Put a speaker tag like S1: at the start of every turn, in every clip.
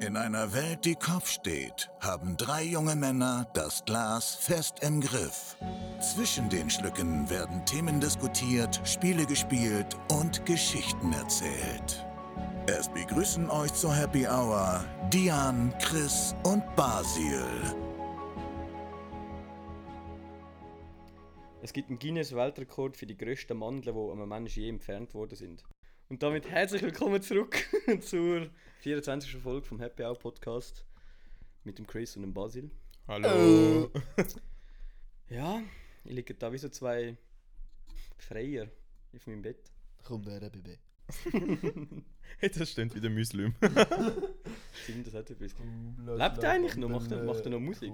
S1: In einer Welt, die Kopf steht, haben drei junge Männer das Glas fest im Griff. Zwischen den Schlücken werden Themen diskutiert, Spiele gespielt und Geschichten erzählt. Es begrüßen euch zur Happy Hour Dian, Chris und Basil.
S2: Es gibt einen Guinness-Weltrekord für die grössten Mandeln, die einem Menschen je entfernt worden sind. Und damit herzlich willkommen zurück zur 24. Folge vom Happy Hour Podcast mit dem Chris und dem Basil.
S3: Hallo.
S2: Ja, ich liege da wie so zwei Freier auf meinem Bett.
S4: Komm der Baby.
S3: Hey, das stimmt wieder Müslüm.
S2: Stimmt, das hat etwas. Lebt er eigentlich noch? Macht er- macht er noch Musik?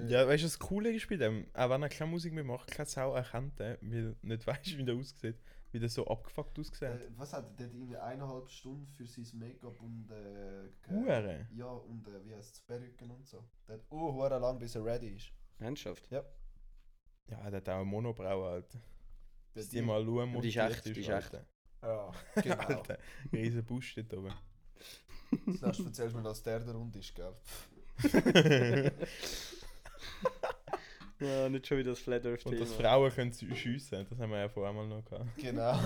S3: ja, weißt du, das Coole ist bei dem, auch wenn er keine Musik mehr macht, keine Sau erkennt er, weil du nicht weißt, wie der aussieht, wie der so abgefuckt aussieht.
S4: Äh, was hat er? Der hat irgendwie eineinhalb Stunden für sein Make-up und äh, ge-
S3: Hure.
S4: Ja, und äh, wie heißt es, Perücken und so. Der hat oh, hure lang, bis er ready ist.
S2: Ernsthaft?
S3: Ja, der hat auch eine Monobraue, Alter.
S4: Der
S3: Dass die mal schauen muss.
S2: Die ist echt, die ist echt.
S3: Alter.
S4: Ja, genau.
S3: Alter, riesen Busch dort oben.
S4: Zuerst erzählst du mir, dass der der Rund ist, gell?
S2: Ja, nicht schon wieder das Flat Earth
S3: Und dass
S2: Thema.
S3: Frauen können schie- schiessen, das haben wir ja vorher mal noch gehabt.
S4: Genau.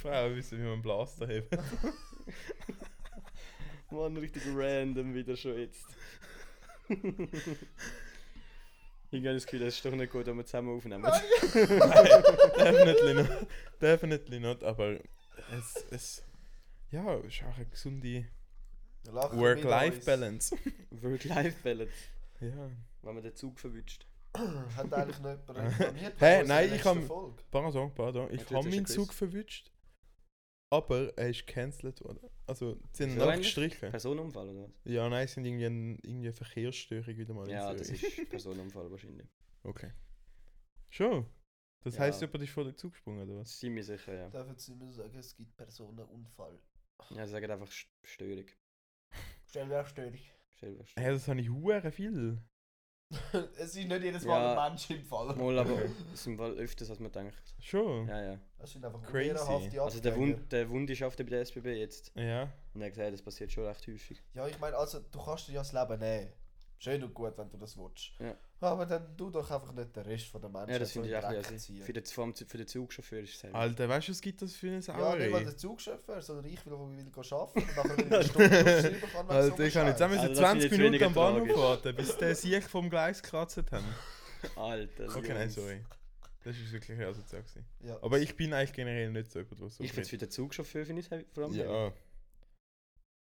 S3: Frauen wissen, wie man einen Blaster hebt.
S2: Mann, richtig random wieder schon jetzt. ich habe das Gefühl, das ist doch nicht gut, wenn wir zusammen aufnehmen.
S3: Definitely not. Definitely not, aber es, es ja, es ist auch eine gesunde
S4: Dann lachen wir mit uns.
S3: Work-Life-Balance.
S2: Work-Life-Balance,
S3: ja.
S2: wenn man den Zug verwünscht.
S4: Hat eigentlich noch jemand reklamiert?
S3: Hä,
S4: bei unserer
S3: nein, ich
S4: letzten
S3: hab-
S4: Folge?
S3: Pardon, pardon.
S2: Jetzt-
S3: Ich
S2: jetzt
S3: habe
S2: ist der
S3: meinen
S2: Quiz.
S3: Zug verwünscht, aber er ist gecancelt worden. Also, sie haben ihn
S2: Wieso eigentlich?
S3: gestrichen.
S2: Personenunfall oder was?
S3: Ja, nein, es sind irgendwie, ein, irgendwie eine Verkehrsstörung wieder mal in
S2: Ja, das
S3: Zürich.
S2: ist Personenunfall wahrscheinlich.
S3: Okay. Schon? Das
S2: Ja.
S3: heisst, jemand ist vor den Zug gesprungen, oder was?
S2: Das sind wir sicher, ja.
S4: Darf jetzt nicht mehr sagen, es gibt Personenunfall.
S2: Ja, sie sagen einfach St- Störung.
S4: Stellwerkstörung.
S2: Stellwerkstörung.
S3: Hä, das habe ich hure viel.
S4: es ist nicht jedes Mal
S2: Ja.
S4: ein Mensch im Fall.
S2: Mal aber es sind wohl öfters, als man denkt.
S3: Schon?
S2: Ja, ja.
S4: Das sind einfach
S3: Crazy.
S4: ehrenhafte
S2: Also der,
S4: Abgänger.
S2: Wund, der Wund ist auf der bei der SBB jetzt.
S3: Ja.
S2: Und er hat gesagt, das passiert schon recht häufig.
S4: Ja, ich meine, also du kannst dir ja das Leben nehmen. Schön und gut, wenn du das willst.
S2: Ja.
S4: Aber dann tu doch einfach nicht den Rest von der Menschen
S2: Ja, das finde ich auch ein bisschen. Für
S4: ziehen.
S2: den, vor allem für den Zugchauffeur ist es halt-
S3: Alter, weißt du, was gibt das für eine
S4: Ja, nicht mal
S3: Sauerei?
S4: der Zugchauffeur, sondern ich will, wo ich will gehen arbeiten und nachher wieder eine Stunde aufschreiben kann. wegen so
S3: Alter, ich kann jetzt auch
S4: einem
S2: Also, das
S3: müssen
S2: finde ich
S3: 20
S2: jetzt
S3: Minuten
S2: weniger
S3: am Bahnhof
S2: tragisch.
S3: warten, bis der Sieg vom Gleis gekratzt haben.
S2: Alter.
S3: Okay, nein,
S2: Jungs.
S3: sorry. Das ist wirklich asozial gewesen.
S4: Scheiß. Ja.
S3: Aber ich bin eigentlich generell nicht so jemand, der so
S2: Ich finde es
S3: redet.
S2: für den Zugchauffeur, finde ich es vor allem. heavy.
S3: Ja.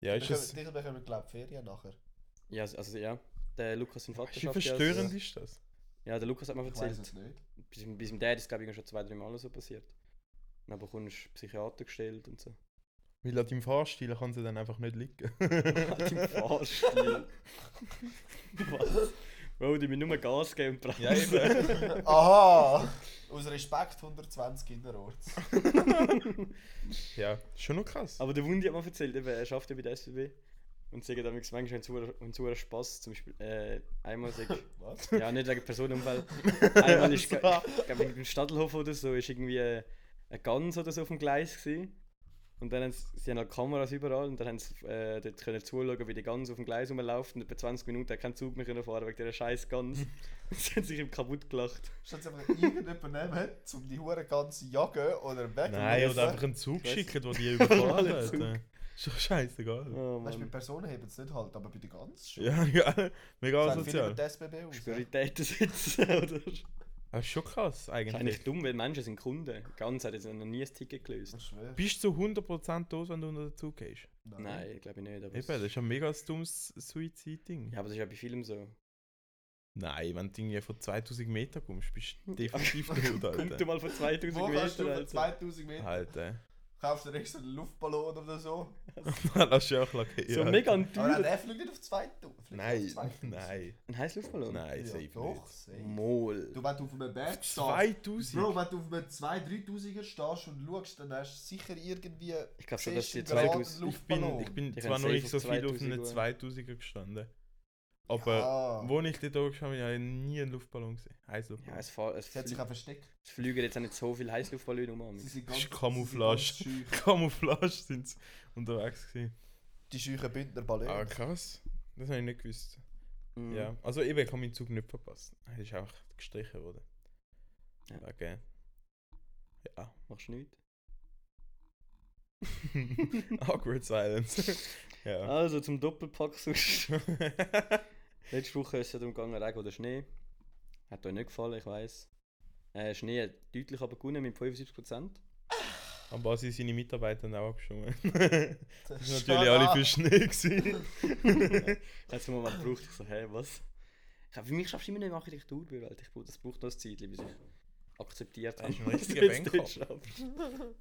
S3: Ja,
S4: Dann
S3: ist
S4: können,
S3: es.
S4: dann bekommen wir, glaube ich, Ferien nachher.
S2: Ja, also also, ja. Der Lukas sein Vater
S3: Weißt du, Wie
S2: schafft ja als-
S3: verstörend ist das?
S2: Ja, der Lukas hat mir
S4: Ich weiß
S2: erzählt.
S4: es nicht.
S2: Bis, bis dem Dad ist glaube ich schon zwei, drei Mal so passiert. Dann bekommst du Psychiater gestellt und so.
S3: Weil an deinem Fahrstil kann sie dann einfach nicht liegen. Halt
S2: Hat im Fahrstil. Was? Bro, die mir nur Gas geben und bremsen.
S3: Ja, eben.
S4: Aha! Aus Respekt 120 innerorts.
S3: ja, schon noch krass.
S2: Aber der Wundi hat mir erzählt, eben, er schafft ja bei der SBB. Und sagen dann manchmal haben sie hure- haben sie hure Spass. Zum Beispiel, äh, einmal sag
S4: Was?
S2: ja, nicht wegen Personenunfall. Einmal ist,
S3: Das
S2: ge-
S3: war-
S2: ich glaube, im Stadelhof oder so, ist irgendwie äh, eine Gans oder so auf dem Gleis gewesen. Und dann haben sie, sie haben halt Kameras überall und dann haben sie äh, dort können zuschauen, wie die Gans auf dem Gleis rumläuft und etwa 20 Minuten hat kein Zug mehr können fahren wegen dieser scheiß Gans. sie haben sich ihm kaputt gelacht.
S4: Statt einfach irgendjemanden nehmen, um die Huren ganz zu jagen oder weg.
S3: Nein, oder einfach einen Zug
S2: Ich weiss-
S3: schicken, der die überfahren
S2: Alle
S3: hat.
S2: Zug.
S3: äh. Ist doch scheißegal.
S2: Oh
S4: Weißt du, bei
S2: Mann.
S4: Personen heben es nicht halt, aber bei den ganz schon.
S3: Ja, ja, mega
S4: Sagen viele über
S3: sozial.
S4: die SBB aus. ja.
S2: Prioritäten setzen, oder?
S3: Das ist schon krass
S2: Ist
S3: eigentlich.
S2: eigentlich dumm, weil Menschen sind Kunden. Gans hat jetzt noch nie ein Ticket gelöst.
S4: Ich schwöre.
S3: Bist du 100% tot, wenn du unter den Zug gehst?
S2: Nein, glaube ich nicht. Aber
S3: Eben, das
S2: es-
S3: ist ein mega dummes Suizid-Ding.
S2: ja, aber das ist ja bei Filmen so.
S3: Nein, wenn du irgendwie von 2000 Metern kommst, bist du definitiv tot,
S2: Kommt du
S3: Alter.
S2: mal von 2000
S4: Wo kannst du
S2: Metern.
S4: für 2000 Meter?
S3: Ah. Alter.
S4: Kaufst du dir extra einen Luftballon oder so?
S3: Dann hast du ja auch lackiert.
S2: So mega an
S4: Aber nein,
S2: Türen.
S4: der fliegt nicht auf 2000. fliegt
S3: Nein,
S4: auf 2000.
S3: nein,
S2: Ein heißes Luftballon?
S3: nein,
S4: Ja,
S3: safe
S4: doch,
S3: nicht.
S4: safe.
S2: Mol.
S4: Du, wenn du auf einem Berg stehst.
S3: 2000?
S4: Bro, wenn du auf einem 2000, 3000er stehst und schaust, dann hast du sicher irgendwie.
S2: Ich glaube schon, dass die
S4: siehst du einen
S2: 2000
S4: geraden
S3: ich bin, ich bin
S2: Die
S3: zwar
S2: können
S3: noch
S2: safe
S3: nicht so
S2: auf
S3: viel auf einem
S2: 2000
S3: 2000er gestanden, aber
S4: Ah,
S3: wo ich dort angeschaut habe, habe ich nie einen Luftballon gesehen.
S2: Ja,
S3: Heißluftballon.
S2: es, fahr, es,
S4: sie hat
S2: flie
S4: sich auch versteckt.
S2: es fliegen jetzt auch nicht so viele Heißluftballone um.
S4: Sie
S2: Amix.
S4: sind
S3: Das
S4: ganz.
S3: ist Camouflage.
S4: sie sind ganz schüch.
S3: Camouflage sind sie unterwegs gewesen.
S5: Die scheuchen Bündner Ballons.
S3: Ah, krass. Das habe ich nicht gewusst.
S2: Mhm.
S3: Ja. Also eben, ich habe meinen Zug nicht verpasst. Er ist einfach gestrichen worden.
S2: Ja.
S3: Okay. Ja.
S2: Machst du nichts?
S3: Awkward silence. ja.
S2: Also zum Doppelpack sonst. Letzte Woche ist es ja darum gegangen, Regen oder Schnee. Hat euch nicht gefallen, ich weiß. Äh, Schnee hat deutlich aber gewonnen mit 75%.
S3: Am Basis seine Mitarbeiter haben auch abgestimmt. Das sind natürlich alle für Schnee. gewesen.
S2: Ich habe es im Moment gebraucht, ich so, hä, was? Ich glaub, für mich schaffst du immer nicht im Architekturbüro, Alter. Ich brauch, das braucht noch ein Zeit, bis ich akzeptiert habe.
S3: ist ein
S2: dass
S3: richtiger
S2: du jetzt
S3: Banker.
S2: nicht schaffst.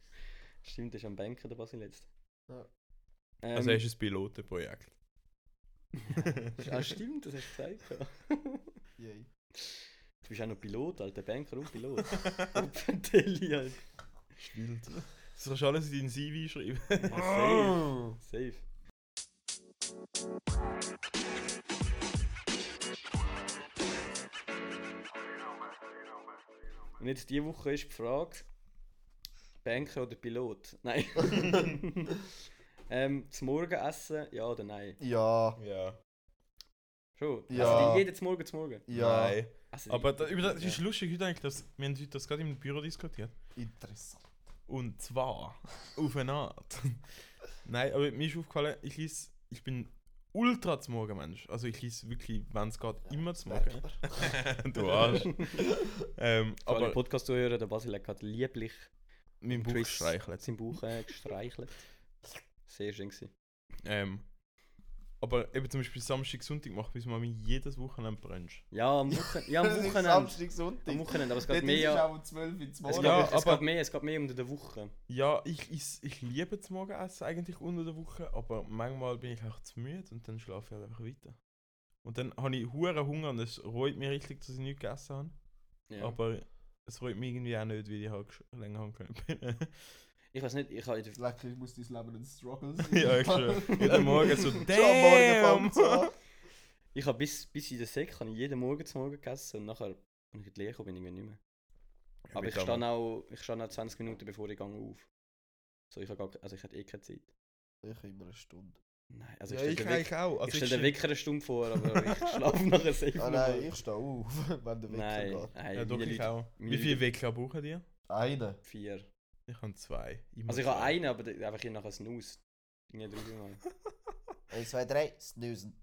S2: Stimmt, das ist am Banker der Basil jetzt.
S5: Ja.
S2: Ähm,
S3: Also er ist ein Pilotenprojekt.
S2: ah, stimmt, das hast du gesagt. ja.
S5: Yay.
S2: Du bist auch noch Pilot, Alter. Banker und Pilot. Telly, halt. Alter.
S3: Spielt. Das kannst du alles in dein CV schreiben.
S2: Ja, safe. safe. Und jetzt diese Woche ist die Frage: Banker oder Pilot? Nein. ähm, zum Morgenessen, ja oder nein?
S5: Ja.
S3: Ja.
S2: Schon.
S5: Ja.
S2: Also jeden zum Morgen zum Morgen.
S5: Ja.
S3: Nein.
S2: Also,
S3: Aber da, über das das ist
S2: ja.
S3: lustig, heute eigentlich, dass wir haben heute das gerade im Büro diskutiert.
S5: Interessant.
S3: Und zwar auf eine Art. Nein, aber mir ist aufgefallen, ich lese, ich bin ultra zum Morgenmensch. Also ich lese wirklich, wenn es geht, immer zum Morgen. du Arsch. ähm,
S2: Für alle
S3: aber
S2: Podcast-Zuhörer, der Basil hat gerade lieblich
S3: mein Buch
S2: Chris
S3: streichelt.
S2: seinen Bauch äh, gestreichelt. Sehr schön gewesen.
S3: Ähm, aber eben zum Beispiel Samstag, Sonntag macht bis man jedes Wochenende Brunch.
S2: Ja, am Wochenende. Ja, am
S5: Das ist
S2: Wochenende.
S5: Samstag, Sonntag.
S2: Am Wochenende, aber es geht
S5: Dort ist
S2: mehr, ja,
S5: auch um 12 Uhr ins
S2: es,
S5: Morgen.
S2: geht,
S3: Ja,
S2: es
S3: aber-
S2: geht mehr, es geht mehr unter der Woche.
S3: Ja, ich, ich, ich liebe das Morgenessen eigentlich unter der Woche, aber manchmal bin ich auch zu müde und dann schlafe ich halt einfach weiter. Und dann habe ich hure Hunger und es reut mich richtig, dass ich nichts gegessen habe.
S2: Ja.
S3: Aber es reut mich irgendwie auch nicht, weil ich halt gesch- länger haben können.
S2: Ich weiß nicht, ich habe in der
S5: Lecker, ich muss dein Leben ein Struggle
S3: ja, ich schon. Jeden Morgen so,
S5: Schon am Morgen
S3: damn!
S5: fängt
S2: Ich habe bis, bis in den Sek habe ich jeden Morgen zum Morgen gegessen und nachher, wenn ich in die Lehre komme, bin ich irgendwie nicht mehr. Aber ich stehe auch, ich stehe auch 20 Minuten bevor ich gehe auf. So, ich habe gar, ke- also ich hatte eh keine Zeit.
S5: Ich immer eine Stunde.
S2: Nein,
S3: Also
S2: also
S3: ja,
S2: ich
S3: ich,
S2: stelle den,
S3: ich auch.
S2: also
S3: Also
S2: ich stell den
S3: schieb-
S2: Wecker eine Stunde vor, aber ich schlafe nachher safe
S5: Ah,
S2: noch
S5: nein,
S2: mal.
S5: ich stehe auf, wenn der Wecker
S2: Nein,
S5: geht.
S2: nein,
S3: Ja, doch,
S2: meine
S3: ich
S2: Leute-
S3: auch.
S2: meine
S3: Wie viele
S2: Leute-
S3: Wecker brauchen die?
S5: Eine.
S2: Vier.
S3: Ich habe zwei. Immer
S2: Also ich habe
S3: zwei.
S2: einen, aber der- einfach hier nachher Snooze. Irgendwie drüber mal.
S5: Eins, zwei, drei, snoosen.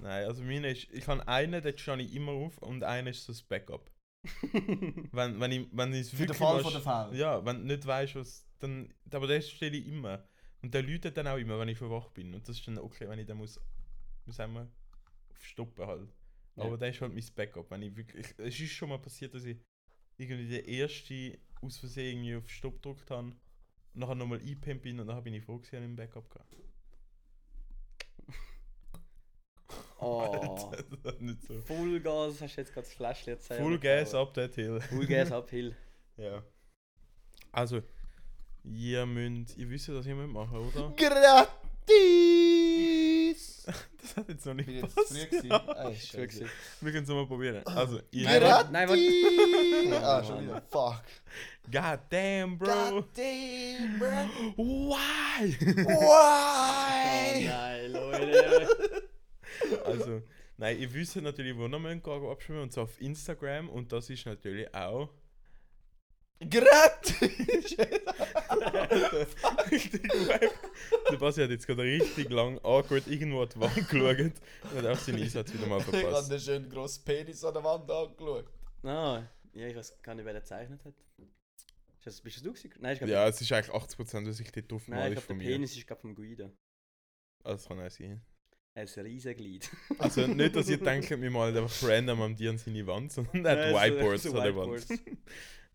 S3: Nein, also meine ist, ich habe einen, dort stehe ich immer auf und einen ist so das Backup. Wenn, wenn ich wenn ich es
S5: Für
S3: wirklich
S5: den Fall
S3: mal
S5: von der
S3: sch-
S5: Fall.
S3: Ja, wenn du nicht weißt, was, dann, aber das stelle ich immer. Und der läutet dann auch immer, wenn ich verwacht bin. Und das ist dann okay, wenn ich dann muss, wie sagen wir, auf Stoppen halt.
S2: Ja.
S3: Aber das ist halt mein Backup, wenn ich wirklich, es ist schon mal passiert, dass ich irgendwie der erste aus Versehen irgendwie auf Stopp gedrückt habe. Und nachher nochmal eingepennt bin und nachher bin ich froh, dass ich einen Backup gehabt
S5: Ah.
S2: Oh.
S3: habe. halt nicht so.
S2: Vollgas hast du jetzt gerade das Fläschchen erzählt.
S3: Full Gas up that hill.
S2: Full Gas uphill.
S3: Ja. Also, ihr müsst, ihr wisst, ja, dass ihr müsst machen, oder?
S5: Gratis!
S3: Das hat jetzt noch nicht
S5: Bin jetzt zu früh
S3: gepasst.
S5: gewesen.
S3: Ja.
S5: Ah,
S2: Ist gut
S5: Scheiße.
S2: gewesen.
S3: Wir können es nochmal probieren. Also, ihr.
S2: Nein, warte, nein,
S5: Gratis!
S2: warte.
S5: Ah, schon
S3: Oh,
S5: wieder. Fuck.
S3: God damn, bro!
S5: Goddamn, bro.
S3: Why?
S5: Why?
S2: nein, Leute.
S3: also, nein, ihr wisst natürlich, wo noch müsst gehen abschwimmen und zwar auf Instagram und das ist natürlich auch.
S5: Gratis!
S3: richtig wack. Der Basi hat jetzt gerade richtig lang awkward irgendwo an die Wand geschaut und hat auch seinen Einsatz wieder mal
S5: ich habe
S3: verpasst.
S5: einen schönen grossen dus Penis an der Wand angeschaut.
S3: Oh,
S2: Ah, ja, ich weiß gar nicht, wer der gezeichnet hat. Ist das, bist das du gewesen? Nein, ich glaube,
S3: Ja, es ist eigentlich 80%, was ich dort drauf
S2: nein,
S3: mal
S2: ich
S3: ist
S2: glaub,
S3: von
S2: der
S3: mir.
S2: Penis ist gerade vom Guido.
S3: Ah, Das kann auch sein.
S2: Ein Riesenglied.
S3: Also nicht, dass ihr denkt, wir malen einfach random am Dian seine Wand, sondern er hat
S2: Nein, so-
S3: Whiteboards
S2: so
S3: an der Wand.
S2: Whiteboards.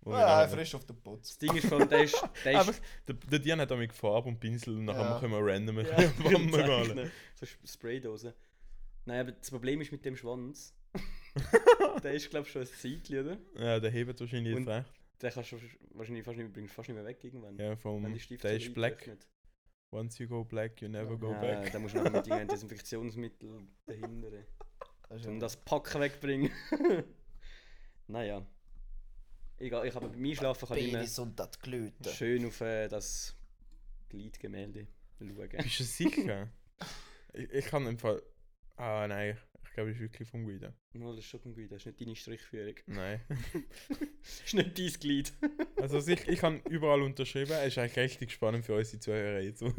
S3: Wo wir
S5: Ah,
S3: dann-
S5: frisch auf den Putz.
S2: Das Ding ist von, der ist. Der
S3: Einfach,
S2: ist
S3: der, der Dian hat damit Farbe und Pinsel und nachher
S5: Ja.
S3: machen wir random
S2: Ja, genau.
S3: eine Wand malen.
S2: zeichnen. so Sp- Spraydose. Nein, aber das Problem ist mit dem Schwanz. der ist, glaube ich, schon ein Zeitchen, oder?
S3: Ja, der hebt wahrscheinlich
S2: Und-
S3: jetzt recht.
S2: Den kannst du wahrscheinlich fast nicht, bringst du fast nicht mehr weg irgendwann.
S3: Ja,
S2: Wenn
S3: vom,
S2: die Stifte
S3: der ist black.
S2: eingeöffnet.
S3: Once you go black, you never go
S2: Ah,
S3: back.
S2: Da musst du noch mit irgendeinem Desinfektionsmittel behindern.
S5: Das ist
S2: Um
S5: ja-
S2: das Packen wegbringen. naja. Egal, ich habe bei mir schlafen kann ich immer
S5: Penis und das Glüten.
S2: schön auf äh, das Gliedgemälde. schauen.
S3: Bist du sicher? ich, ich kann im Fall. Ah nein, ich glaube, es ist wirklich vom Guido.
S2: Mal, das ist schon gut, das ist nicht deine Strichführung.
S3: Nein.
S2: Das ist nicht dein Glied.
S3: Also also ich, ich habe überall unterschrieben. Es ist eigentlich richtig spannend für unsere Zuhörer jetzt.
S2: Ja,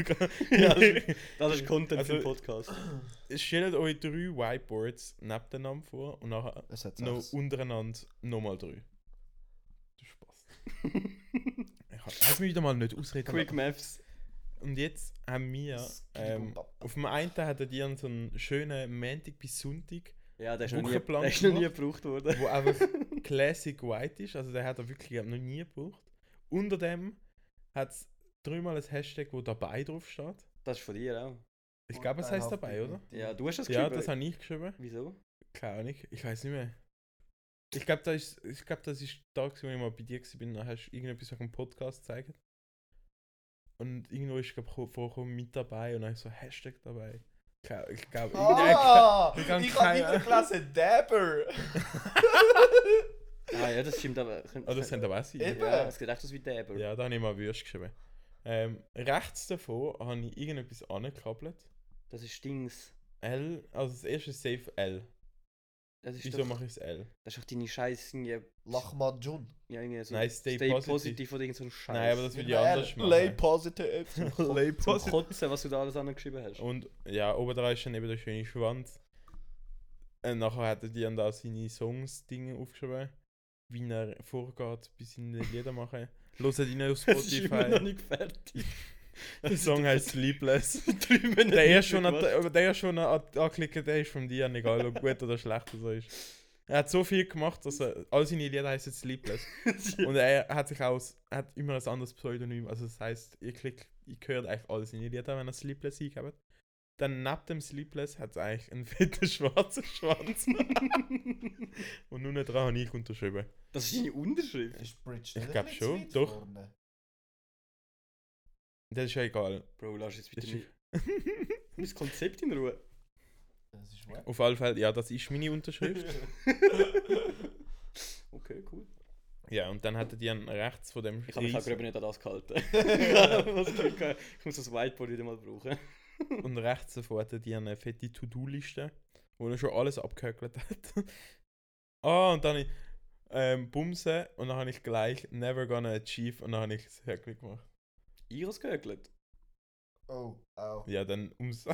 S2: das ist- Das ist Content
S3: Also-
S2: für den Podcast.
S3: Stellt euch drei Whiteboards nebeneinander vor und nachher
S5: Es hat
S3: noch
S5: sechs.
S3: untereinander nochmal drei. Du Spaß. ich hab- lass mich wieder mal nicht ausreden.
S2: Quick Maps.
S3: Und jetzt haben wir. Ähm, auf dem einen hatten die so einen schönen Montag bis Sonntag,
S2: Ja, der ist, noch nie,
S3: Wochenplan
S2: der ist noch nie
S3: gemacht.
S2: gebraucht worden.
S3: wo einfach Classic White ist. Also der hat er wirklich glaub, noch nie gebraucht. Unter dem hat es dreimal ein Hashtag, wo dabei drauf steht.
S2: Das ist von dir auch.
S3: Ich glaube, es heißt dabei, oder?
S2: Ja, du hast das
S3: Ja,
S2: geschrieben.
S3: das habe ich geschrieben.
S2: Wieso?
S3: Keine Ahnung, ich weiß nicht mehr. Ich glaube, das ist, ich glaub, das ist da, gewesen, wo ich mal bei dir war, bin, da hast du irgendetwas auf dem Podcast gezeigt. Und irgendwo ist, glaube ich, vorgekommen mit dabei und dann so Hashtag dabei. Keine- Ich glaube,
S4: Ah,
S3: ich
S4: ich
S3: kann
S4: habe nicht
S3: keine-
S4: mehr gelesen, Dapper.
S2: Ah ja, das stimmt aber. Könnt,
S3: Oh, das sind aber auch sie.
S4: Eben.
S2: ja, es geht echt aus wie der Eber.
S3: Ja, da habe ich mal Würst geschrieben. Ähm, rechts davon habe ich irgendetwas angekrabbelt.
S2: Das ist Dings.
S3: L, also das erste ist Safe L.
S2: Das ist,
S3: Wieso
S2: doch,
S3: mache ich das L?
S2: das ist doch deine Scheiße. Ja,
S4: Lachmann Jun.
S2: irgendwie so.
S3: Nein, Stay,
S2: Stay
S3: Positive.
S2: positiv oder irgend so ein Scheiß.
S3: Nein, aber das
S4: Mit
S3: würde ich
S4: einer
S3: anders
S4: L.
S3: machen.
S4: Lay positive.
S3: Lay
S2: Zum Kotzen, was du da alles angeschrieben hast.
S3: Und ja, obendrein ist dann eben der schöne Schwanz. Und nachher hat er die dann da seine Songs-Dinge aufgeschrieben, wie er vorgeht, bis in die Lieder machen. Los hat ihn auf
S2: Das ist immer noch
S3: Spotify.
S2: nicht fertig.
S3: der Song heißt Sleepless.
S2: Drei Monate
S3: Der
S2: nicht
S3: erste, schon
S2: gemacht.
S3: an, der schon an, anklicken, der ist von dir, egal ob gut oder schlecht das ist. Er hat so viel gemacht, dass er, all seine Lieder heißen Sleepless. Und er hat sich auch, er hat immer ein anderes Pseudonym. Also das heißt, ihr klickt, ihr hört eigentlich alle seine Lieder, wenn er Sleepless eingebt. Dann neben dem Sleepless hat es eigentlich einen fetten schwarzen Schwanz. Und nun dran habe ich unterschrieben.
S2: Das ist deine Unterschrift.
S5: Ist Bridge
S3: Ich glaub schon, doch. Das ist ja egal.
S2: Bro, lass jetzt
S3: Das
S2: bitte
S3: ist,
S2: mein, mein Konzept in Ruhe.
S5: Das ist wack.
S3: auf alle Fälle, ja, das ist meine Unterschrift.
S2: okay, cool.
S3: ja, und dann hatte die einen rechts von dem
S2: Ich habe mich auch
S3: riesen-
S2: gerade nicht an das gehalten. ich, habe das Gefühl gehabt, ich muss das Whiteboard wieder mal brauchen.
S3: Und rechts davon hat er die eine fette To-Do-Liste, wo er schon alles abgehökelt hat. Ah, und dann habe ich ähm, Bumse und dann habe ich gleich Never Gonna Achieve und dann habe ich es Höckli gemacht.
S2: Ich habe es gehökelt.
S5: Oh, au.
S3: Ja, dann ums.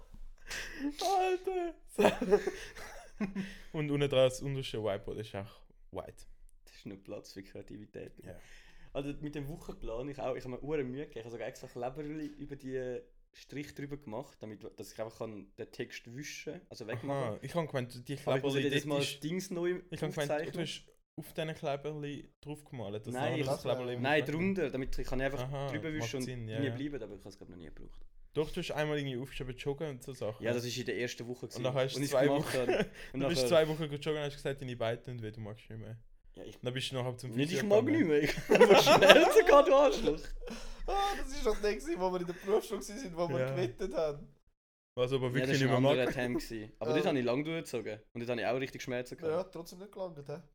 S3: Alter! So. und unten dran das unterste Whiteboard ist auch white.
S2: Das ist nur Platz für Kreativität.
S3: Ja.
S2: Also mit dem Wochenplan, ich auch, ich habe mir hure Mühe gegeben. Ich habe sogar extra Kleberli über die Strich drüber gemacht, damit dass ich einfach kann den Text wischen, also wegmachen
S3: Aha, ich habe gemeint, die
S2: kann. Aber ich muss
S3: Kleberli
S2: jedes Mal
S3: dort
S2: das
S3: ist-
S2: Dings neu
S3: Ich habe gemeint, du
S2: aufzeichnen.
S3: hast auf diesen Kleberli draufgemalt. dass
S2: Nein,
S3: nachher
S2: ich-
S3: Kleberli muss
S2: Nein,
S3: weg.
S2: drunter, damit ich kann einfach
S3: Aha,
S2: drüber
S3: macht
S2: wischen und
S3: Sinn, ja,
S2: nie
S3: ja.
S2: bleiben, aber ich habe es glaube noch nie gebraucht.
S3: Doch, du hast einmal irgendwie aufgeschrieben, joggen und so Sachen.
S2: Ja, das war in der ersten Woche. Gewesen.
S3: Und nachher hast du
S2: ich's
S3: zwei
S2: gemacht
S3: Wochen.
S2: habe. Und
S3: Du bist
S2: nachher-
S3: zwei Wochen gejoggt und hast gesagt, deine Beine tun weh, du magst nicht mehr.
S2: Ja, ich,
S3: Dann bist du nachher zum
S2: nicht, ich
S3: Physio
S2: mag
S3: gegangen.
S2: nicht mehr. Ich muss schnell sogar, du Arschloch.
S4: Ah, das ist doch das, wo wir in der Berufsschule waren, wo wir
S3: Ja.
S4: gewettet haben.
S3: Was aber
S2: Ja, das
S3: wirklich
S2: war
S3: nicht
S2: ein
S3: mehr
S2: anderer
S3: mag.
S2: Attempt. gewesen. Aber dort habe ich lang durchgezogen. Und dort habe ich auch richtig Schmerzen
S4: Ja,
S2: gehabt.
S4: trotzdem nicht gelangt, hä?
S2: Ja.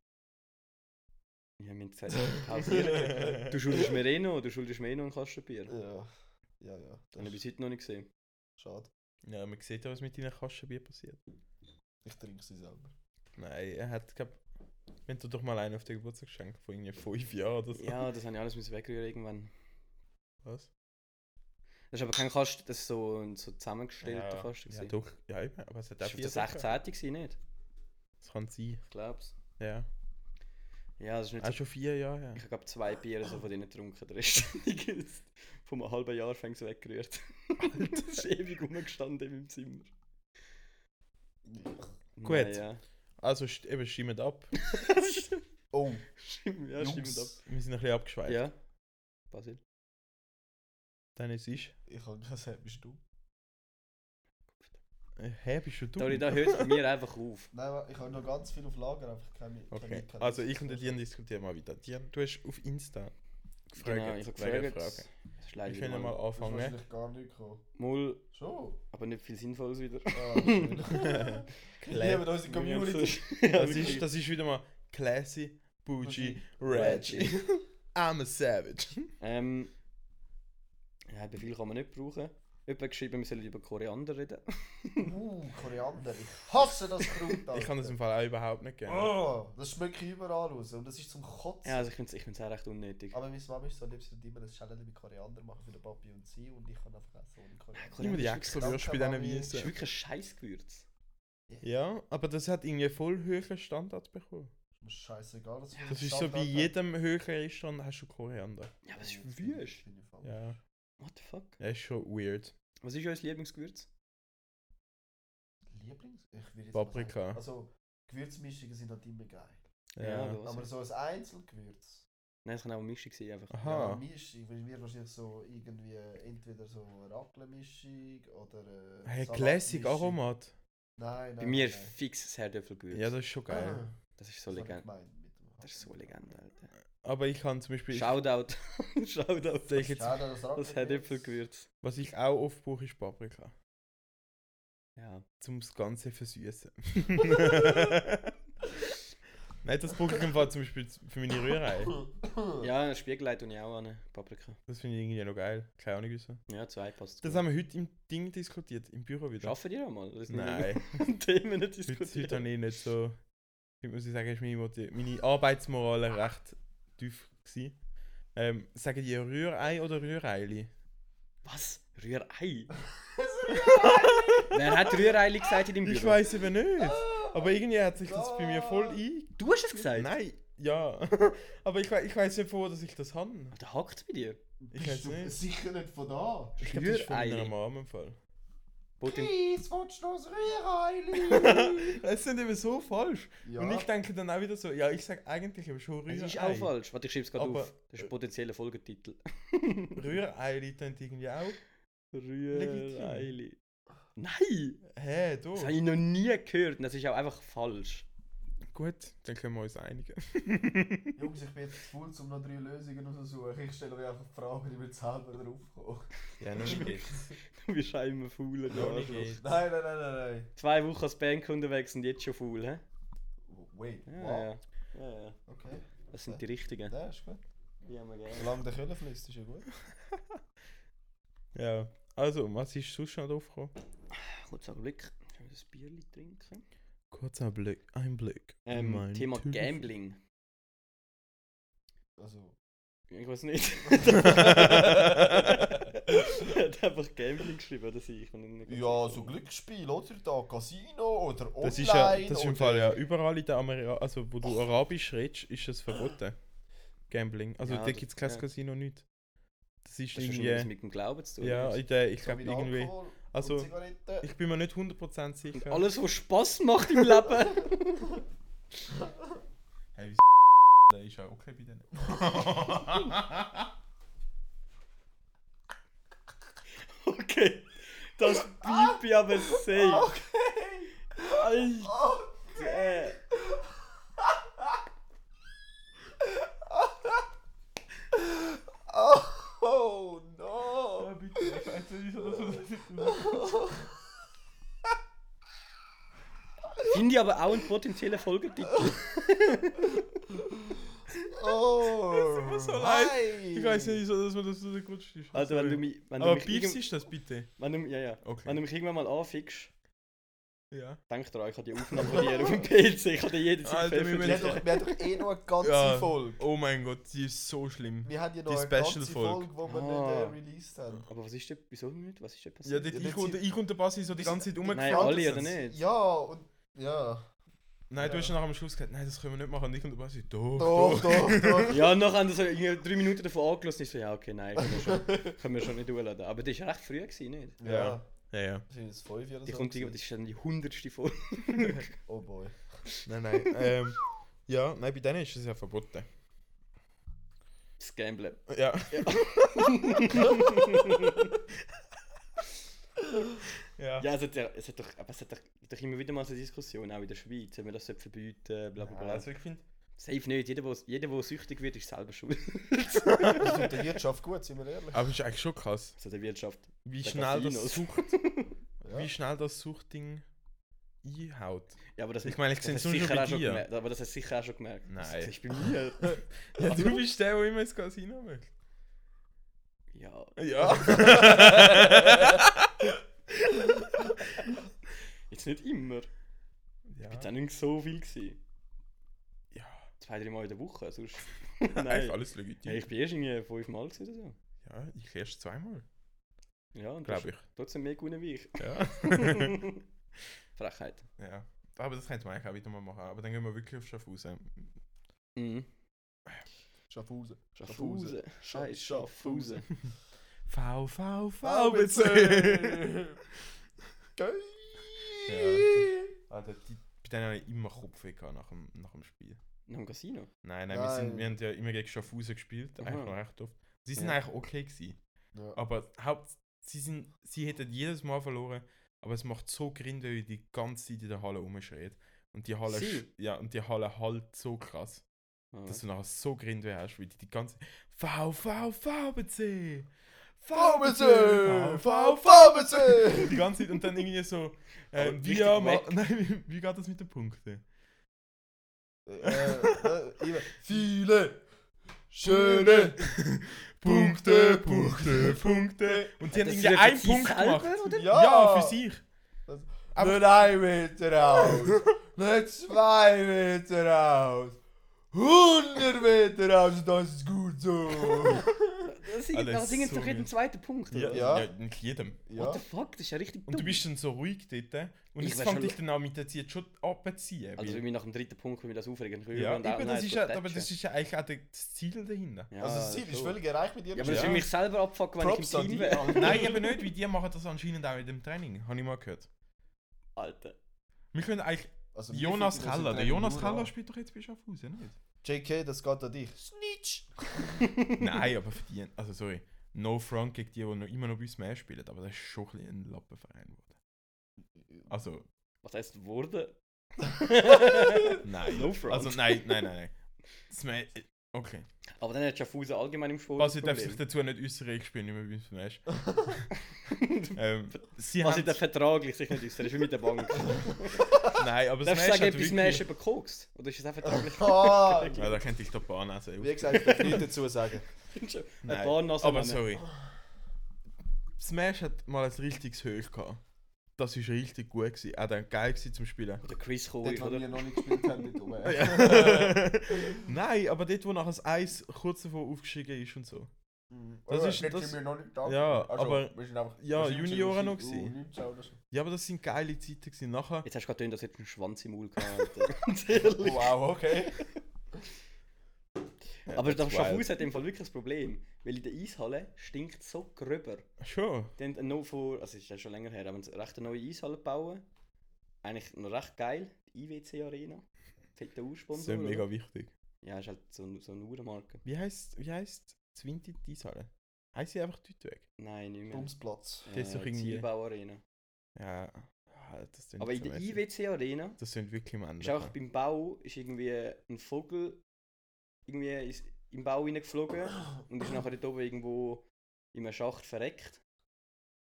S2: Ich habe mir gesagt, pausieren. Du schuldest mir eh noch, du schuldest mir eh noch einen Kasten Bier. Das
S4: Ja, ja, ja. Das
S2: habe ich
S4: ist
S2: bis heute noch nicht gesehen.
S4: schade.
S3: Ja, man sieht ja, was mit deinen Kastenbier passiert.
S4: Ich trinke sie selber.
S3: Nein, er hat, glaub... Wenn du doch mal einen auf den Geburtstag geschenkt von irgendwie fünf Jahren oder so.
S2: Ja, das habe ich alles müssen wegrühren irgendwann.
S3: Was?
S2: Das ist aber kein Kasten, das ist so ein so zusammengestellter
S3: ja.
S2: Kasten.
S3: ja,
S2: gewesen.
S3: doch. Ja, eben. Aber es hat
S2: das war auf der
S3: Sachen
S2: 16. gewesen, nicht?
S3: gehabt. Das kann sein.
S2: Ich glaube es.
S3: Ja.
S2: Ja, das ist nicht
S3: Auch schon vier Jahre her.
S2: Ich habe glaube zwei Biere so von denen getrunken. Der Rest ist von einem halben Jahr fängt es weggerührt. das ist ewig rumgestanden in meinem Zimmer.
S3: Gut.
S2: Naja.
S3: Also, st eben, stimmt ab.
S4: Oh,
S2: Stimmt, ja, stimmt ab.
S4: Jungs.
S3: Wir sind ein bisschen abgeschweift.
S2: Ja. Basil.
S3: Dann ist es...
S4: Ich kann das sagen, bist du.
S3: Äh, Hä, bist du du?
S2: Sorry, da hört es mir einfach auf.
S5: Nein, wa- ich habe noch ganz viel auf Lager, einfach keine.
S3: Okay,
S5: keine- keine-
S3: also ich und der Dian diskutieren mal weiter. Dian, du hast auf Insta gefragt.
S2: Genau, ich habe
S3: wegen
S2: gefragt.
S3: Fragen.
S2: Das ist
S3: Wir
S2: leider wieder
S3: können mal
S2: mal.
S5: Das ist
S3: anfangen.
S5: wahrscheinlich gar nicht gekommen.
S2: Mal,
S5: Schon?
S2: aber nicht viel Sinnvolles wieder.
S5: Ah, schön. Wir lieben unsere Community.
S2: Ja,
S3: Das
S2: wirklich.
S3: ist, das ist wieder mal classy, bougie,
S5: Bougie,
S3: ratchet. I'm a savage.
S2: Ähm, ja, bei viel kann man nicht brauchen. Jemand hat geschrieben, wir sollen über Koriander reden.
S4: Uh, Koriander. Ich hasse das Kraut, Alter.
S3: Ich kann das im Fall auch überhaupt nicht gerne.
S4: Oh, das schmeckt überall raus und das ist zum Kotzen.
S2: Genau. Ja, also ich finde es ich find's auch recht unnötig.
S4: Aber meine Mama ist so lieb, sie tut immer ein Challenge mit Koriander machen für den Papi und sie und ich kann einfach auch so einen Koriander.
S3: Immer die
S2: Koriander
S3: extra
S4: wirklich
S3: Würste bei diesen
S4: Salami.
S2: Das ist
S3: Wiesen.
S2: wirklich ein scheiß Gewürz.
S3: Ja, aber das hat irgendwie voll höheren Standard bekommen.
S4: Mir ist Scheißegal, dass
S3: Das ist so bei jedem höheren Restaurant hast du Koriander.
S2: Ja, aber es ist wüst.
S3: Ja,
S2: What the fuck?
S3: ja ist schon weird.
S2: Was ist euer Lieblingsgewürz?
S4: Lieblings? Ich will jetzt mal
S3: Paprika.
S4: sagen, Also, Gewürzmischungen sind halt immer geil.
S3: Ja.
S2: du
S4: Aber
S2: was?
S4: so ein Einzelgewürz.
S2: Nein, es kann auch eine Mischung sein. Einfach.
S4: Ja,
S3: Aha.
S4: Mischung, weil wir wahrscheinlich so irgendwie entweder so Raclette-Mischung oder. Äh,
S3: Hey,
S4: Salatmischung.
S3: Classic Aromat.
S4: Nein, nein.
S2: Bei mir
S4: nein. Ah,
S2: fix das Herdöpfelgewürz.
S3: Ja, das ist schon geil.
S2: das ist so
S4: Das hab ich
S2: Legende.
S4: gemeint mit dem
S2: Das ist so
S4: Hack.
S2: Legende, Alter.
S3: Aber ich kann zum Beispiel.
S2: Shoutout. Shoutout.
S3: Sag ich jetzt,
S4: Schade, das
S2: Das
S4: Raclette-Gewürz.
S2: Herdöpfelgewürz.
S3: was ich auch oft brauche, ist Paprika.
S2: Ja.
S3: Zum das Ganze versüßen. Nein, das brauche ich im Fall zum Beispiel für meine Rührei.
S2: Ja, Spiegelei tue ich auch an. Paprika.
S3: Das finde ich irgendwie noch geil. Keine Ahnung wieso.
S2: Ja, zwei passt.
S3: Das
S2: gut.
S3: haben wir heute im Ding diskutiert, im Büro wieder.
S2: Schaffen die noch mal? Das ist nur
S3: Nein,
S2: mit Themen nicht
S3: heute,
S2: diskutiert.
S3: heute habe ich nicht so. Heute muss ich sagen, ist meine, Moti- meine Arbeitsmoral recht tief gewesen. Ähm, sagen die Rührei oder Rühreili?
S2: Was? Rührei? Wer hat Rührei gesagt in deinem Büro?
S3: Ich weiß eben nicht. Aber irgendwie hat sich das bei mir voll ein.
S2: Du hast es gesagt?
S3: Nein, ja. Aber ich, wei- ich weiß nicht, wo dass ich das habe.
S2: Da Ah, hackt es bei dir.
S3: Ich weiß
S4: Bist du
S3: nicht.
S4: sicher nicht von da?
S3: Ich glaube, das ist von
S2: Rührei.
S3: meiner Mom im Fall.
S2: Putin.
S4: Kies, willst du noch das Rührei?
S3: Das sind eben so falsch.
S4: Ja.
S3: Und ich denke dann auch wieder so, ja, ich sage eigentlich eben schon Rührei.
S2: Das ist auch falsch. Warte, ich schreibe es gerade
S3: Aber-
S2: auf. Das ist ein potenzieller Folgetitel.
S3: Rührei tönt irgendwie auch.
S2: Rührei. Nein!
S3: Hä, du?
S2: Das habe ich noch nie gehört und das ist auch einfach falsch.
S3: Gut, dann können wir uns einigen.
S4: Jungs, ich bin jetzt zu faul, um noch drei Lösungen zu suchen. Ich stelle mir einfach Fragen, die wir selber draufkommen.
S3: Ja, noch nicht geht's.
S2: Du bist auch immer faul.
S3: Noch nicht
S2: Ja,
S3: geht's.
S4: Nein, nein, nein, nein,
S2: Zwei Wochen als Bank unterwegs und jetzt schon faul, hä?
S4: nein. Wait,
S2: Ja,
S4: what?
S2: ja. ja, ja.
S4: Okay,
S2: Das sind die richtigen.
S4: ja, ist gut.
S2: Die haben wir gerne.
S4: Solange der Köller fließt, ist ja gut.
S3: Ja. Also, was ist sonst noch draufgekommen?
S2: Kurz einen Blick. Können wir ein Bierli trinken?
S3: Kurz ein Blick, ein Blick.
S2: Ähm,
S3: Mein
S2: Thema
S3: Telefon.
S2: Gambling.
S4: Also,
S2: Ich weiß nicht. er hat einfach Gambling geschrieben, oder sie? Ich bin nicht ganz
S4: Ja,
S2: sicher.
S4: so Glücksspiel, oder? Da Casino oder Online.
S3: Das ist, ja, das ist
S4: oder
S3: im Fall ja überall in der Amerika, also wo
S2: Oh.
S3: du Arabisch redest, ist das verboten. Gambling. Also
S2: Ja,
S3: da
S2: das-
S3: gibt es kein
S2: ja.
S3: Casino nicht.
S2: Das
S3: Das ist
S2: ist wahrscheinlich was
S3: irgendwie.
S2: mit dem Glauben zu tun.
S3: Ja,
S2: oder?
S3: in der, ich
S4: so
S3: glaube
S4: mit
S3: irgendwie.
S4: Alkohol und
S3: also-
S4: Zigaretten.
S3: Ich bin mir nicht 100% sicher.
S2: Und alles, was Spaß macht im Leben.
S3: Hey, wie der ist ja okay bei denen.
S2: okay. Das
S3: Ah!
S2: blieb ich aber safe. Okay. Alter.
S4: Oh no!
S3: bitte, ich weiß nicht,
S2: Finde ich aber auch einen potenziellen Folgetitel.
S4: Oh!
S3: mir so leid.
S4: nein.
S3: Ich weiß nicht, wieso dass man das so gerutscht ist.
S2: Also, wenn du mich. Wenn du
S3: Aber
S2: mich
S3: Beefs
S2: irgend-
S3: ist das bitte?
S2: wenn du, ja, ja.
S3: Okay.
S2: wenn du mich irgendwann mal anfickst,
S3: Ja.
S2: denk dran, ich habe die Aufnahme von dir auf dem PC. Ich kann dir jede Zeit
S3: Alter, wir müssen-
S4: Wir haben,
S2: veröffentlichen.
S4: doch, wir haben doch eh noch eine ganze
S3: Ja.
S4: Folge.
S3: Oh mein Gott, die ist so schlimm.
S4: Wir haben ja noch
S3: Die
S4: eine ganze
S3: Special-Folge.
S4: Folge, die wir
S2: Ah.
S4: nicht äh, released haben.
S2: Aber was ist denn, wieso nicht? Was ist denn
S3: Ja,
S2: passiert?
S3: dort
S4: Ja,
S3: ich,
S4: dort
S3: und,
S4: sind-
S3: ich und der Basi so die
S4: sind-
S3: ganze Zeit
S2: Nein,
S3: rumgefahren.
S2: alle oder nicht?
S4: Ja, und. Ja.
S3: Nein, du
S4: Ja.
S3: hast ja nachher am Schluss gesagt, nein, das können wir nicht machen. Und ich und der Basi, doch,
S4: Doch,
S3: doch.
S4: doch, doch.
S2: Ja, und nachher haben sie so irgendwie drei Minuten davon angelassen. Ich so, ja, okay, nein, können wir schon, können wir schon nicht hochladen. Aber das war recht früh, gewesen, nicht?
S3: Ja. Ja, ja.
S4: Das sind jetzt fünf Jahre
S2: Die
S4: so
S2: kommt irgendwie,
S4: gewesen.
S2: das ist dann die hundertste Folge.
S4: Oh boy.
S3: Nein, nein. ähm, ja, nein, bei denen ist es ja verboten.
S2: Das Gamblen.
S3: Ja. ja.
S2: Ja, es hat, ja, es hat, doch, aber es hat doch, doch immer wieder mal so Diskussionen, auch in der Schweiz, wenn wir das sollte verbieten, bla bla bla.
S3: Also ich finde,
S2: Safe nicht, jeder, der jeder, wo süchtig wird, ist selber schuld.
S4: Das tut der Wirtschaft gut, sind wir ehrlich.
S3: aber es ist eigentlich schon krass,
S2: Also der Wirtschaft.
S3: wie
S2: Der
S3: schnell das
S2: Casinos.
S3: Sucht,
S4: Ja.
S3: wie schnell das Suchtding einhaut.
S2: Ja, aber das
S3: Ich meine, ich
S2: das
S3: sehe
S2: hast
S3: es nur schon
S2: sicher
S3: bei
S2: auch schon
S3: dir.
S2: gemerkt. Aber das hast du sicher auch schon gemerkt.
S3: Nein.
S2: Das ist bei mir.
S3: Ja, du bist der, der immer ins Casino möchte.
S2: ja.
S3: Ja.
S2: Jetzt nicht immer.
S3: ja.
S2: Jetzt auch nicht so viel gewesen.
S3: Ja.
S2: Zwei, drei Mal in der Woche, sonst.
S3: Nein.
S2: Nein.
S3: Alles
S2: Ja,
S3: legitim.
S2: ich bin erst irgendwie fünfmal gewesen oder so.
S3: Ja, ich erst zweimal,
S2: Ja, und
S3: glaube ich.
S2: das ist trotzdem mehr gewonnen wie ich.
S3: Ja.
S2: Frechheit.
S3: ja. Aber das könnte man eigentlich auch wieder mal machen. Aber dann gehen wir wirklich auf Schaffhausen.
S2: Mhm.
S5: Schaffhausen.
S2: Schaffhausen. Scheiß Schaffhausen.
S3: V, V,
S5: VBC. Geil!
S3: Ja. Alter, die, bei denen habe ich immer Kopfweh gehabt nach dem, nach dem Spiel.
S2: Noch im Casino.
S3: Nein, nein, wir, sind,
S5: Nein.
S3: wir haben ja immer gegen Schaffhausen gespielt.
S2: Aha.
S3: Eigentlich noch echt oft. Sie sind
S2: Ja.
S3: eigentlich okay gewesen.
S5: Ja.
S3: Aber Haupt, sie, sind, sie hätten jedes Mal verloren. Aber es macht so Grind, weil die ganze Zeit in der Halle rumschreit. Und die Halle,
S2: Sie?
S3: sch- ja, und die Halle halt so krass.
S2: Ah.
S3: dass du nachher so Grindweh hast, wie die, die ganze V, V, VBC!
S5: VBC!
S3: V, V,
S5: VBC!
S3: Die ganze Zeit und dann irgendwie so, äh,
S2: Aber richtig
S3: wie, am-
S2: weg.
S3: nein, wie, wie geht das mit den Punkten?
S5: äh, äh, eben. Viele schöne
S3: Punkte, Punkte, Punkte. Und die haben
S2: Das
S3: irgendwie
S2: dürfen
S3: einen
S2: sie
S3: Punkt
S2: selber,
S3: gemacht.
S2: oder?
S3: Ja.
S5: Ja.
S3: für sich.
S5: Nur ein Meter aus. Nur zwei Meter aus. 100 Meter aus, das ist gut so.
S2: Das singen,
S3: Alter,
S2: also
S3: ist
S2: singen
S3: so
S2: sie doch jeden
S3: wild.
S2: zweiten Punkt.
S3: Ja,
S2: Oder?
S3: ja.
S5: Ja.
S3: mit jedem.
S2: What
S5: ja.
S2: the fuck? Das ist ja richtig dumm.
S3: Und du bist dann so ruhig dort. eh? Und
S2: Ich
S3: ich
S2: wär
S3: fand
S2: schon-
S3: dich dann auch mit der Zeit schon abziehen.
S2: Also,
S3: weil-
S2: wenn wir nach dem dritten Punkt wenn wir das aufregen können.
S3: ja,
S2: und auch
S3: eben,
S2: nein,
S3: das ist
S2: so
S3: ja, aber
S2: tätschen.
S3: das ist ja eigentlich auch der- das Ziel dahinter.
S2: Ja,
S5: Also das Ziel ist
S2: schon.
S5: völlig erreicht mit dir.
S2: Ja, aber das ist
S3: Ja.
S2: für mich selber abfuck, wenn
S5: Props
S2: ich
S5: an
S2: im Team
S5: dich,
S2: wäre.
S5: Alter.
S3: Nein, eben nicht, weil die machen das anscheinend auch in dem Training, habe ich mal gehört.
S2: Alter.
S3: Wir können eigentlich
S5: Also, wir
S3: Jonas
S5: finden das
S3: Keller,
S5: im
S3: der
S5: Training
S3: Jonas
S5: nur
S3: Keller
S5: an.
S3: spielt doch jetzt bei Schaffhausen, nicht?
S5: JK, das geht an dich. Snitch!
S3: Nein, aber für die, also sorry, no front gegen die, die noch immer noch bei uns mehr spielen, aber das ist schon ein bisschen ein Lappenverein geworden. Also,
S2: Was heißt Wurde?
S3: nein.
S2: No front.
S3: Also nein, nein, nein, nein. Das Mä- okay.
S2: Aber dann hat Schaffhausen allgemein im Sport.
S3: Basi
S2: ein
S3: darf
S2: Problem.
S3: sich dazu nicht äußern, ich spiele nicht mehr bei uns mehr. ähm, sie
S2: Basi
S3: haben,
S2: darf vertraglich sich nicht äußern, ist wie mit der Bank.
S3: nein, aber
S2: Darfst du
S3: Smash
S2: sagen,
S3: hat
S2: etwas Smash
S3: wirklich...
S2: über Koks? Oder ist das auch vertraglich?
S5: Ah,
S3: Ja, da könnte ich doch Bahn anlesen.
S5: wie gesagt, ich darf nichts dazu sagen.
S2: Ein
S3: Nein,
S2: paar Nasen
S3: aber
S2: nehmen.
S3: sorry. Smash hat mal ein richtiges Höch gehabt. Das war richtig gut. Gewesen. Auch dann geil gewesen zum Spielen.
S2: Oder Chris Kohli,
S5: Dort, wo wir
S2: oder?
S5: noch nicht gespielt haben, nicht oben.
S3: Nein, aber dort, wo nachher das Eis kurz davor aufgestiegen ist und so. Das ist-
S4: Dort
S3: das-
S4: sind wir noch nicht da.
S3: Ja,
S4: Also,
S3: aber-
S4: Wir sind einfach,
S3: Ja,
S4: wir sind
S3: Junioren noch
S4: wahrscheinlich
S3: gewesen.
S4: U19 oder so.
S3: Ja, aber das sind geile Zeiten gewesen. Nachher.
S2: Jetzt hast du gerade gedacht, dass jetzt einen Schwanz im Maul gehabt Alter. Ganz ehrlich.
S4: Wow, okay.
S2: Aber der
S3: that's wild.
S2: Schaffhausen hat im Fall wirklich ein Problem. Weil in der Eishalle stinkt so gröber.
S3: Schon.
S2: Die haben noch vor, also ist ja schon länger her, aber eine recht neue Eishalle gebaut. Eigentlich noch recht geil. Die IWC Arena. Fetter
S3: Das ist
S2: Ursponsor.
S3: ja
S2: oder?
S3: mega wichtig.
S2: Ja, ist halt so, ein- so eine Uhrenmarke.
S3: Wie heißt wie heißt Zwinti Eishalle? Heißt sie einfach Deutweg?
S2: Nein, nicht mehr.
S5: Bumsplatz.
S2: Äh,
S3: Das ist doch irgendwie-
S2: Zielbau Arena.
S3: Ja. Ah, Das sind
S2: Aber in der IWC Arena
S3: Das sind wirklich
S2: ist auch
S3: Männer.
S2: beim Bau ist irgendwie ein Vogel irgendwie ist im Bau reingeflogen und ist nachher dort oben irgendwo in einem Schacht verreckt.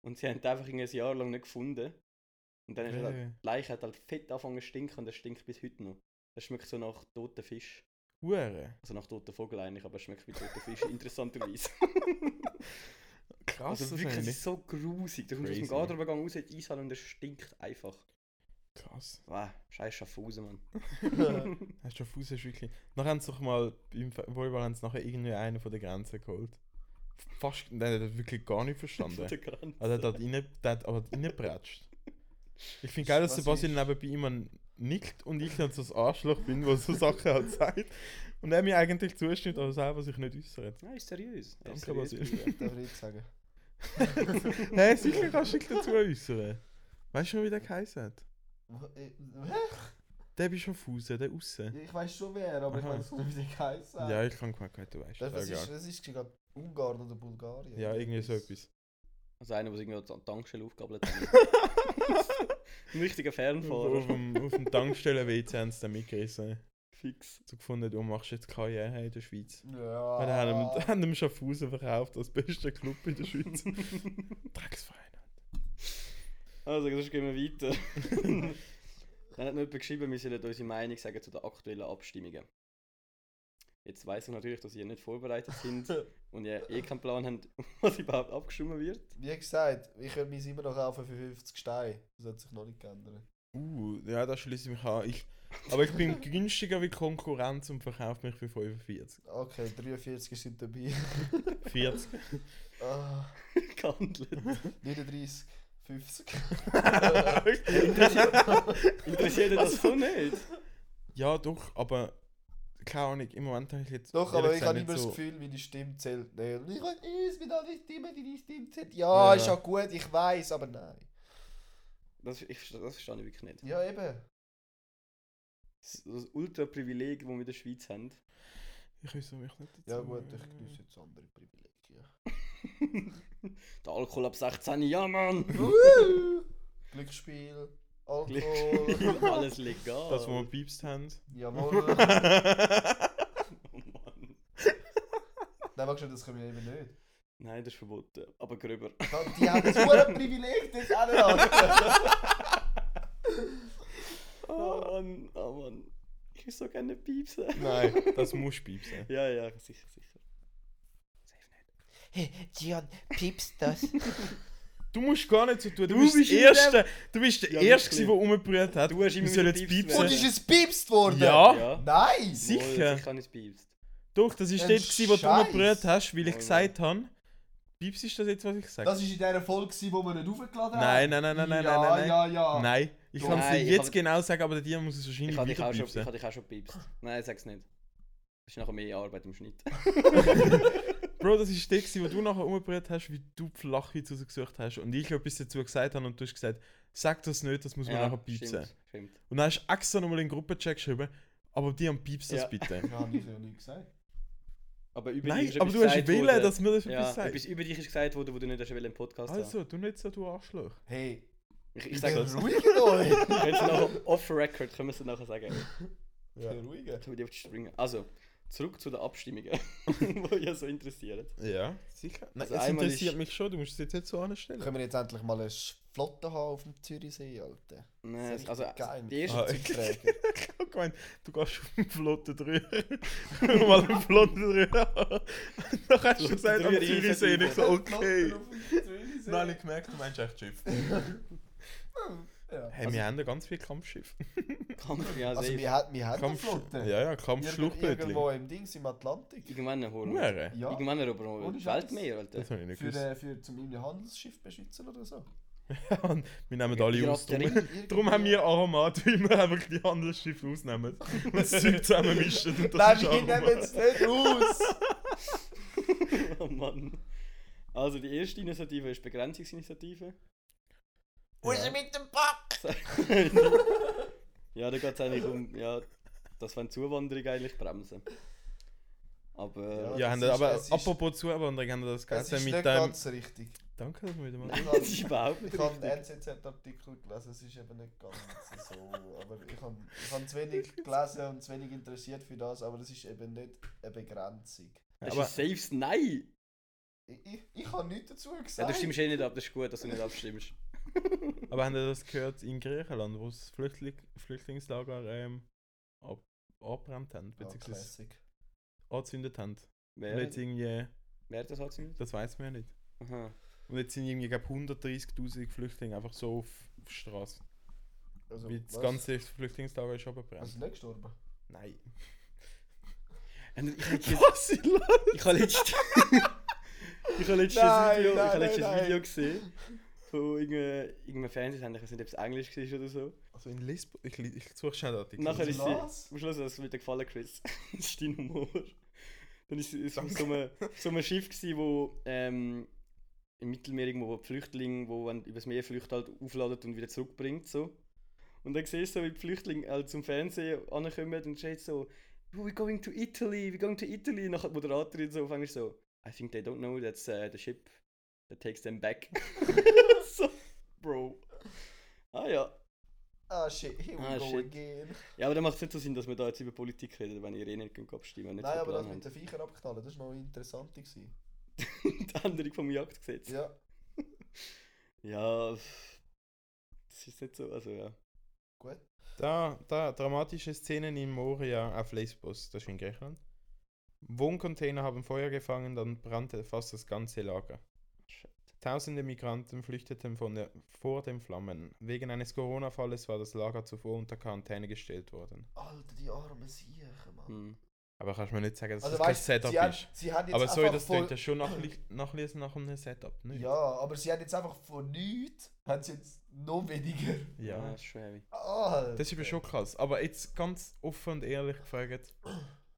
S2: Und sie haben ihn einfach irgendwie ein Jahr lang nicht gefunden. Und dann ist er halt,
S3: Äh.
S2: die Leiche hat halt fett angefangen zu stinken und das stinkt bis heute noch. Das schmeckt so nach toten Fisch.
S3: Hure.
S2: Also nach toten Vogel eigentlich, aber es schmeckt wie toten Fisch, interessanterweise.
S3: Krass,
S2: also
S3: das
S2: wirklich, es
S3: finde ich.
S2: ist so grusig. Du kommst aus dem
S3: Crazy.
S2: Garderobengang raus in die Eishalle und es stinkt einfach.
S3: Krass.
S2: Wow, scheiß Schaffhausen, Mann.
S3: Hast du Fuß ist wirklich. Nachher haben sie doch mal im Volleyball haben sie nachher irgendwie einen von der Grenze geholt. Fast. Nein, der hat wirklich gar nicht verstanden.
S2: Der Kranz.
S3: also der hat rein, der hat aber reingebratscht. Ich finde geil, dass
S5: Was
S3: Sebastian nebenbei immer nickt und ich dann so das Arschloch bin, was so Sachen halt sagt. Und er mir eigentlich zustimmt, aber selber sich nicht äußert.
S2: Nein, ist seriös. Er ist
S3: Danke,
S2: seriös
S3: Basil.
S2: geblieben.
S5: Darf ich nicht sagen?
S3: Hey, sicher kannst du dich dazu äußern. Weißt du noch, wie der geheißen hat?
S4: eh,
S5: Hä?
S3: Der bist schon Fuß, der außen.
S5: Ich weiß schon wer, aber ich
S3: Aha.
S5: weiß nicht, wie der Geist sagt.
S3: Ja, ich kann gemerkt, du weißt.
S5: Das, das
S3: Ja,
S5: ist, das ist glaub, Ungarn oder Bulgarien.
S3: Ja, irgendwie so etwas.
S2: Also einer, der irgendwie an die Tankstelle aufgabelt hat. Ein richtiger
S3: Auf
S2: Fernfahrer.
S3: dem, auf dem Tankstellen-WC haben sie dann mitgerissen.
S2: Fix.
S3: so gefunden, du machst jetzt Karriere in der Schweiz.
S5: Ja.
S3: Ah. Dann haben wir- haben wir Schaffhausen verkauft als bester Club in der Schweiz. Drecksverein.
S2: Also, sonst gehen wir weiter. Dann hat mir jemand geschrieben, wir sollen unsere Meinung sagen zu den aktuellen Abstimmungen. Jetzt weiss ich natürlich, dass ihr nicht vorbereitet sind und ihr eh keinen Plan habt, was überhaupt abgestimmt wird.
S4: Wie gesagt, ich könnte mich immer noch kaufen für 50 Steine. Das hat sich noch nicht geändert.
S3: Uh, ja, da schließe ich mich an. Ich, aber ich bin günstiger wie Konkurrenz und verkaufe mich für 45.
S4: Okay, 43 sind dabei.
S3: 40.
S4: Ah,
S2: Gehandelt.
S4: 39, 50.
S2: Interessiert ihr das so nicht?
S3: ja, doch, aber keine Ahnung, im Moment habe ich jetzt.
S4: Doch,
S3: ehrlich
S4: aber ich
S3: gesagt
S4: habe
S3: nicht
S4: immer das
S3: so-
S4: Gefühl, meine Stimme zählt nicht. Und ich kann uns mit allen Stimmen, deine Stimme zählt. Ja,
S3: Ja.
S4: ist ja gut, ich weiß, aber nein.
S2: Das, ich, das verstehe ich wirklich nicht.
S4: Ja, eben.
S2: Das, das Ultra-Privileg, das wir in der Schweiz haben.
S3: Ich wüsste mich nicht.
S4: Ja,
S3: dazu.
S4: gut, ich genieße jetzt andere Privilegien.
S2: Der Alkohol ab 16, ja Mann!
S4: Glücksspiel,
S2: Glück-
S4: Alkohol.
S2: Alles legal.
S3: Das, was wir piepst haben.
S4: Jawohl. nein,
S2: oh Mann.
S4: magst du, das können wir eben nicht.
S2: Nein, das ist verboten. Aber gröber.
S4: Ja, Die haben das hohe Privileg, das auch noch.
S2: Oh Mann, oh Mann. Ich will so gerne piepsen.
S3: Nein, das muss piepsen.
S2: Ja, ja, sicher, sicher. Safe nicht.
S5: Gian, piepst das?
S3: Du musst gar nicht so tun. Du,
S2: Du
S3: bist,
S2: bist in
S3: der Erste. Du bist der
S2: Ja,
S3: Erste,
S2: wirklich.
S3: der rumgebrüllt hat.
S2: Du hast immer
S3: Wir sollen
S2: wieder
S3: jetzt
S2: piepsen.
S3: piepsen.
S4: Und ist es piepst worden?
S3: Ja.
S2: Ja.
S4: Nein!
S3: Ah, Sicher.
S2: Jawohl, sicher habe ich es piepst.
S3: Doch, das ist
S4: Ein
S3: dort, gewesen, wo du
S4: Scheiß.
S3: rumgebrüllt hast, weil ich
S2: Oh,
S3: gesagt habe. Piepst ist das jetzt, was ich gesagt
S4: Das
S3: habe?
S4: war in dieser Folge, die wir nicht aufgeladen
S3: Nein, nein, nein, nein, nein,
S4: ja,
S3: nein, nein.
S4: Ja, ja,
S3: Nein, ich
S2: Doch.
S3: kann es
S2: Nein,
S3: dir
S2: ich
S3: jetzt
S2: hab-
S3: genau sagen, aber der Dia muss es
S2: Ich
S3: wahrscheinlich
S2: habe dich,
S3: wieder
S2: auch schon- ich
S3: piepsen.
S2: habe dich auch schon piepst. Nein, sag's nicht. Das ist nachher mehr Arbeit im Schnitt.
S3: Bro, das ist der, gewesen, wo du nachher rumgebrüllt hast, wie du Flachwitz rausgesucht hast. Und ich etwas dazu gesagt habe und du hast gesagt, sag das nicht, das muss man nachher piepsen.
S2: Stimmt, stimmt.
S3: Und dann hast du extra nochmal in den Gruppencheck geschrieben, aber die haben piepst das
S2: Ja.
S3: bitte.
S4: Ja, hab ich ja nicht gesagt.
S2: Aber über dich
S3: Nein,
S2: ist
S3: aber du
S2: etwas
S3: hast
S2: gesagt
S3: willen,
S2: worden-
S3: dass mir das
S2: ja,
S3: etwas
S2: etwas
S3: sagt.
S2: über dich ist gesagt worden, wo du nicht hast wollen im Podcast haben.
S3: Also, du nicht so, du Arschloch.
S4: Hey,
S2: Ich,
S4: ich
S2: ich sage das.
S4: beruhige euch!
S2: Könntest du nachher off-record, können wir es dann nachher sagen.
S4: Ja. Beruhige.
S2: Können wir die auf die Sprünge. Also, zurück zu den Abstimmungen, die ja so interessieren.
S3: Ja, sicher. Nein,
S2: Also
S3: das
S2: einmal
S3: interessiert
S2: ist-
S3: mich schon, du musst es jetzt nicht so anstellen.
S4: Können wir jetzt endlich mal eine Flotte haben auf dem Zürichsee, Alter?
S3: Äh,
S2: Nein,
S4: Das ist
S2: also,
S4: richtig geil.
S2: die erste
S3: Ah,
S4: Zum
S3: okay.
S4: Träger.
S3: Ich hab gemeint, du gehst auf den Flotten drüber. Mal einen Flotten drüber. Dann hast
S2: Flotten
S3: du gesagt, am
S2: drüber,
S3: Zürichsee. Und ich eh so, okay. Dann habe
S4: Nein,
S3: ich gemerkt, du meinst echt Schiff. Also-
S4: ja.
S3: Hey, wir haben da ganz viel Kampfschiff.
S2: Kampf, ja,
S4: Also,
S2: safe.
S4: wir haben, wir haben eine Flotte.
S3: Ja, ja,
S4: Irgend-
S3: Kampfschluchtbötli.
S4: Irgendwo im Dings, im Atlantik.
S2: Irgendwann erholen wir.
S3: Hure.
S4: Ja,
S2: Irgendwann erobern wir
S4: Ohne
S2: das
S4: Scheiß.
S2: Weltmeer, Alter.
S3: Das habe ich nicht
S4: für,
S3: gewusst.
S4: äh, für zum irgendwie Handelsschiff beschützen oder so.
S3: Und wir nehmen alle aus. Drum,
S2: Piraterie.
S3: drum äh, haben wir Aromat, weil wir einfach die Handelsschiffe ausnehmen. Und das Zeug zusammenmischen. Und
S4: Nein,
S3: das
S4: wir
S3: ist
S4: nehmen
S3: Aromat.
S4: es nicht aus!
S2: Oh Mann. Also die erste Initiative ist Begrenzungsinitiative.
S3: Ja.
S4: mit dem Pack!
S2: ja, da geht es eigentlich um, ja, dass wenn die Zuwanderung eigentlich bremsen. Aber
S3: Ja,
S4: Ja. Das
S3: haben
S4: ist-
S3: wir, aber
S4: es ist-
S3: apropos Zuwanderung, haben wir das
S4: Es ist
S3: Ganze
S4: nicht
S3: mit deinem...
S4: ganz richtig.
S3: Danke, dass wir wieder mal...
S4: Ich
S2: das ist
S4: habe
S2: überhaupt nicht
S4: ich hab einen
S2: richtig.
S4: NZZ-Artikel gelesen, es ist eben nicht ganz so. Aber ich habe ich hab zu wenig gelesen und zu wenig interessiert für das, aber es ist eben nicht eine Begrenzung.
S2: Das
S3: Aber-
S2: ist ein safes Nein!
S4: Ich, ich, ich habe nichts dazu gesagt.
S2: Ja, du stimmst eh nicht ab, das ist gut, dass du nicht abstimmst.
S3: Aber haben ihr das gehört in Griechenland, wo das Flüchtling Flüchtlingslager ähm, ab abbrennt haben,
S4: Ja,
S3: beziehungsweise
S4: Ah, classic.
S3: angezündet haben? Und
S2: Wer,
S3: jetzt irgendwie,
S2: wer hat das hat nicht?
S3: das weiß man ja nicht.
S2: Aha.
S3: Und jetzt sind irgendwie glaub, 130.000 Flüchtlinge einfach so auf, auf der Straße.
S4: Also,
S3: Weil das
S4: was?
S3: ganze Flüchtlingslager ist abbrennt.
S4: Also nicht gestorben.
S3: Nein.
S2: Und Ich, ich,
S3: Was? Ich lache.
S2: ich habe letztens. ich habe letztens
S4: Nein,
S2: ein Video,
S4: nein,
S2: ich habe letztens
S4: nein,
S2: ein Video
S4: nein.
S2: gesehen. Von irgendeinem irgendeinem Fernsehsender, ich weiß nicht, ob es Englisch war oder so.
S3: Also in Lisbon, ich, li- ich suche schnell den Artikel.
S2: Nachher ist
S4: Was?
S2: sie. Am Schluss hat es mir gefallen, Chris. das ist dein Humor. Dann ist es so ein, so ein Schiff, gewesen, wo ähm, im Mittelmeer irgendwo wo die Flüchtlinge, wo wenn übers Meer flüchten, halt aufladen und wieder zurückbringt. So. Und dann siehst du, so, wie die Flüchtlinge halt zum Fernsehen ankommen und steht so: "Oh, We're going to Italy, we're going to Italy. Und nachher die Moderatorin so auf Englisch so: I think they don't know that's uh, the ship that takes them back. so, Bro. Ah ja.
S4: Ah shit, here we
S2: Ah,
S4: go
S2: shit.
S4: again.
S2: Ja, aber dann macht es nicht so Sinn, dass wir da jetzt über Politik reden, wenn ihr eh nicht könnt abstimmen könnt.
S4: Nein, aber das
S2: haben.
S4: mit den Viechern abknallen, das war noch interessant. Gewesen.
S2: Die Änderung vom Jagdgesetz. Ja.
S4: Ja,
S2: pff. das ist nicht so, also ja.
S4: gut.
S3: Da, da, dramatische Szenen in Moria auf Lesbos, das ist in Griechenland. Wohncontainer haben Feuer gefangen, dann brannte fast das ganze Lager.
S2: Shit.
S3: Tausende Migranten flüchteten von der, vor den Flammen. Wegen eines Corona-Falles war das Lager zuvor unter Quarantäne gestellt worden.
S4: Alter, die armen Siechen, Mann.
S2: Hm.
S3: Aber kannst du mir nicht sagen, dass
S4: Also
S3: das
S4: weißt
S3: kein
S4: du,
S3: Setup
S4: sie, haben-
S3: ist?
S4: sie haben jetzt
S3: Aber sorry,
S4: einfach
S3: das
S4: voll-
S3: klingt ja schon nach, nachlesen nach einem Setup, ne? nicht?
S4: Ja, aber sie haben jetzt einfach von nichts, haben sie jetzt noch weniger. Ah,
S2: Ja,
S3: ja.
S2: das ist schon heavy.
S4: Alter.
S3: Das ist aber schon krass. Aber jetzt ganz offen und ehrlich gefragt,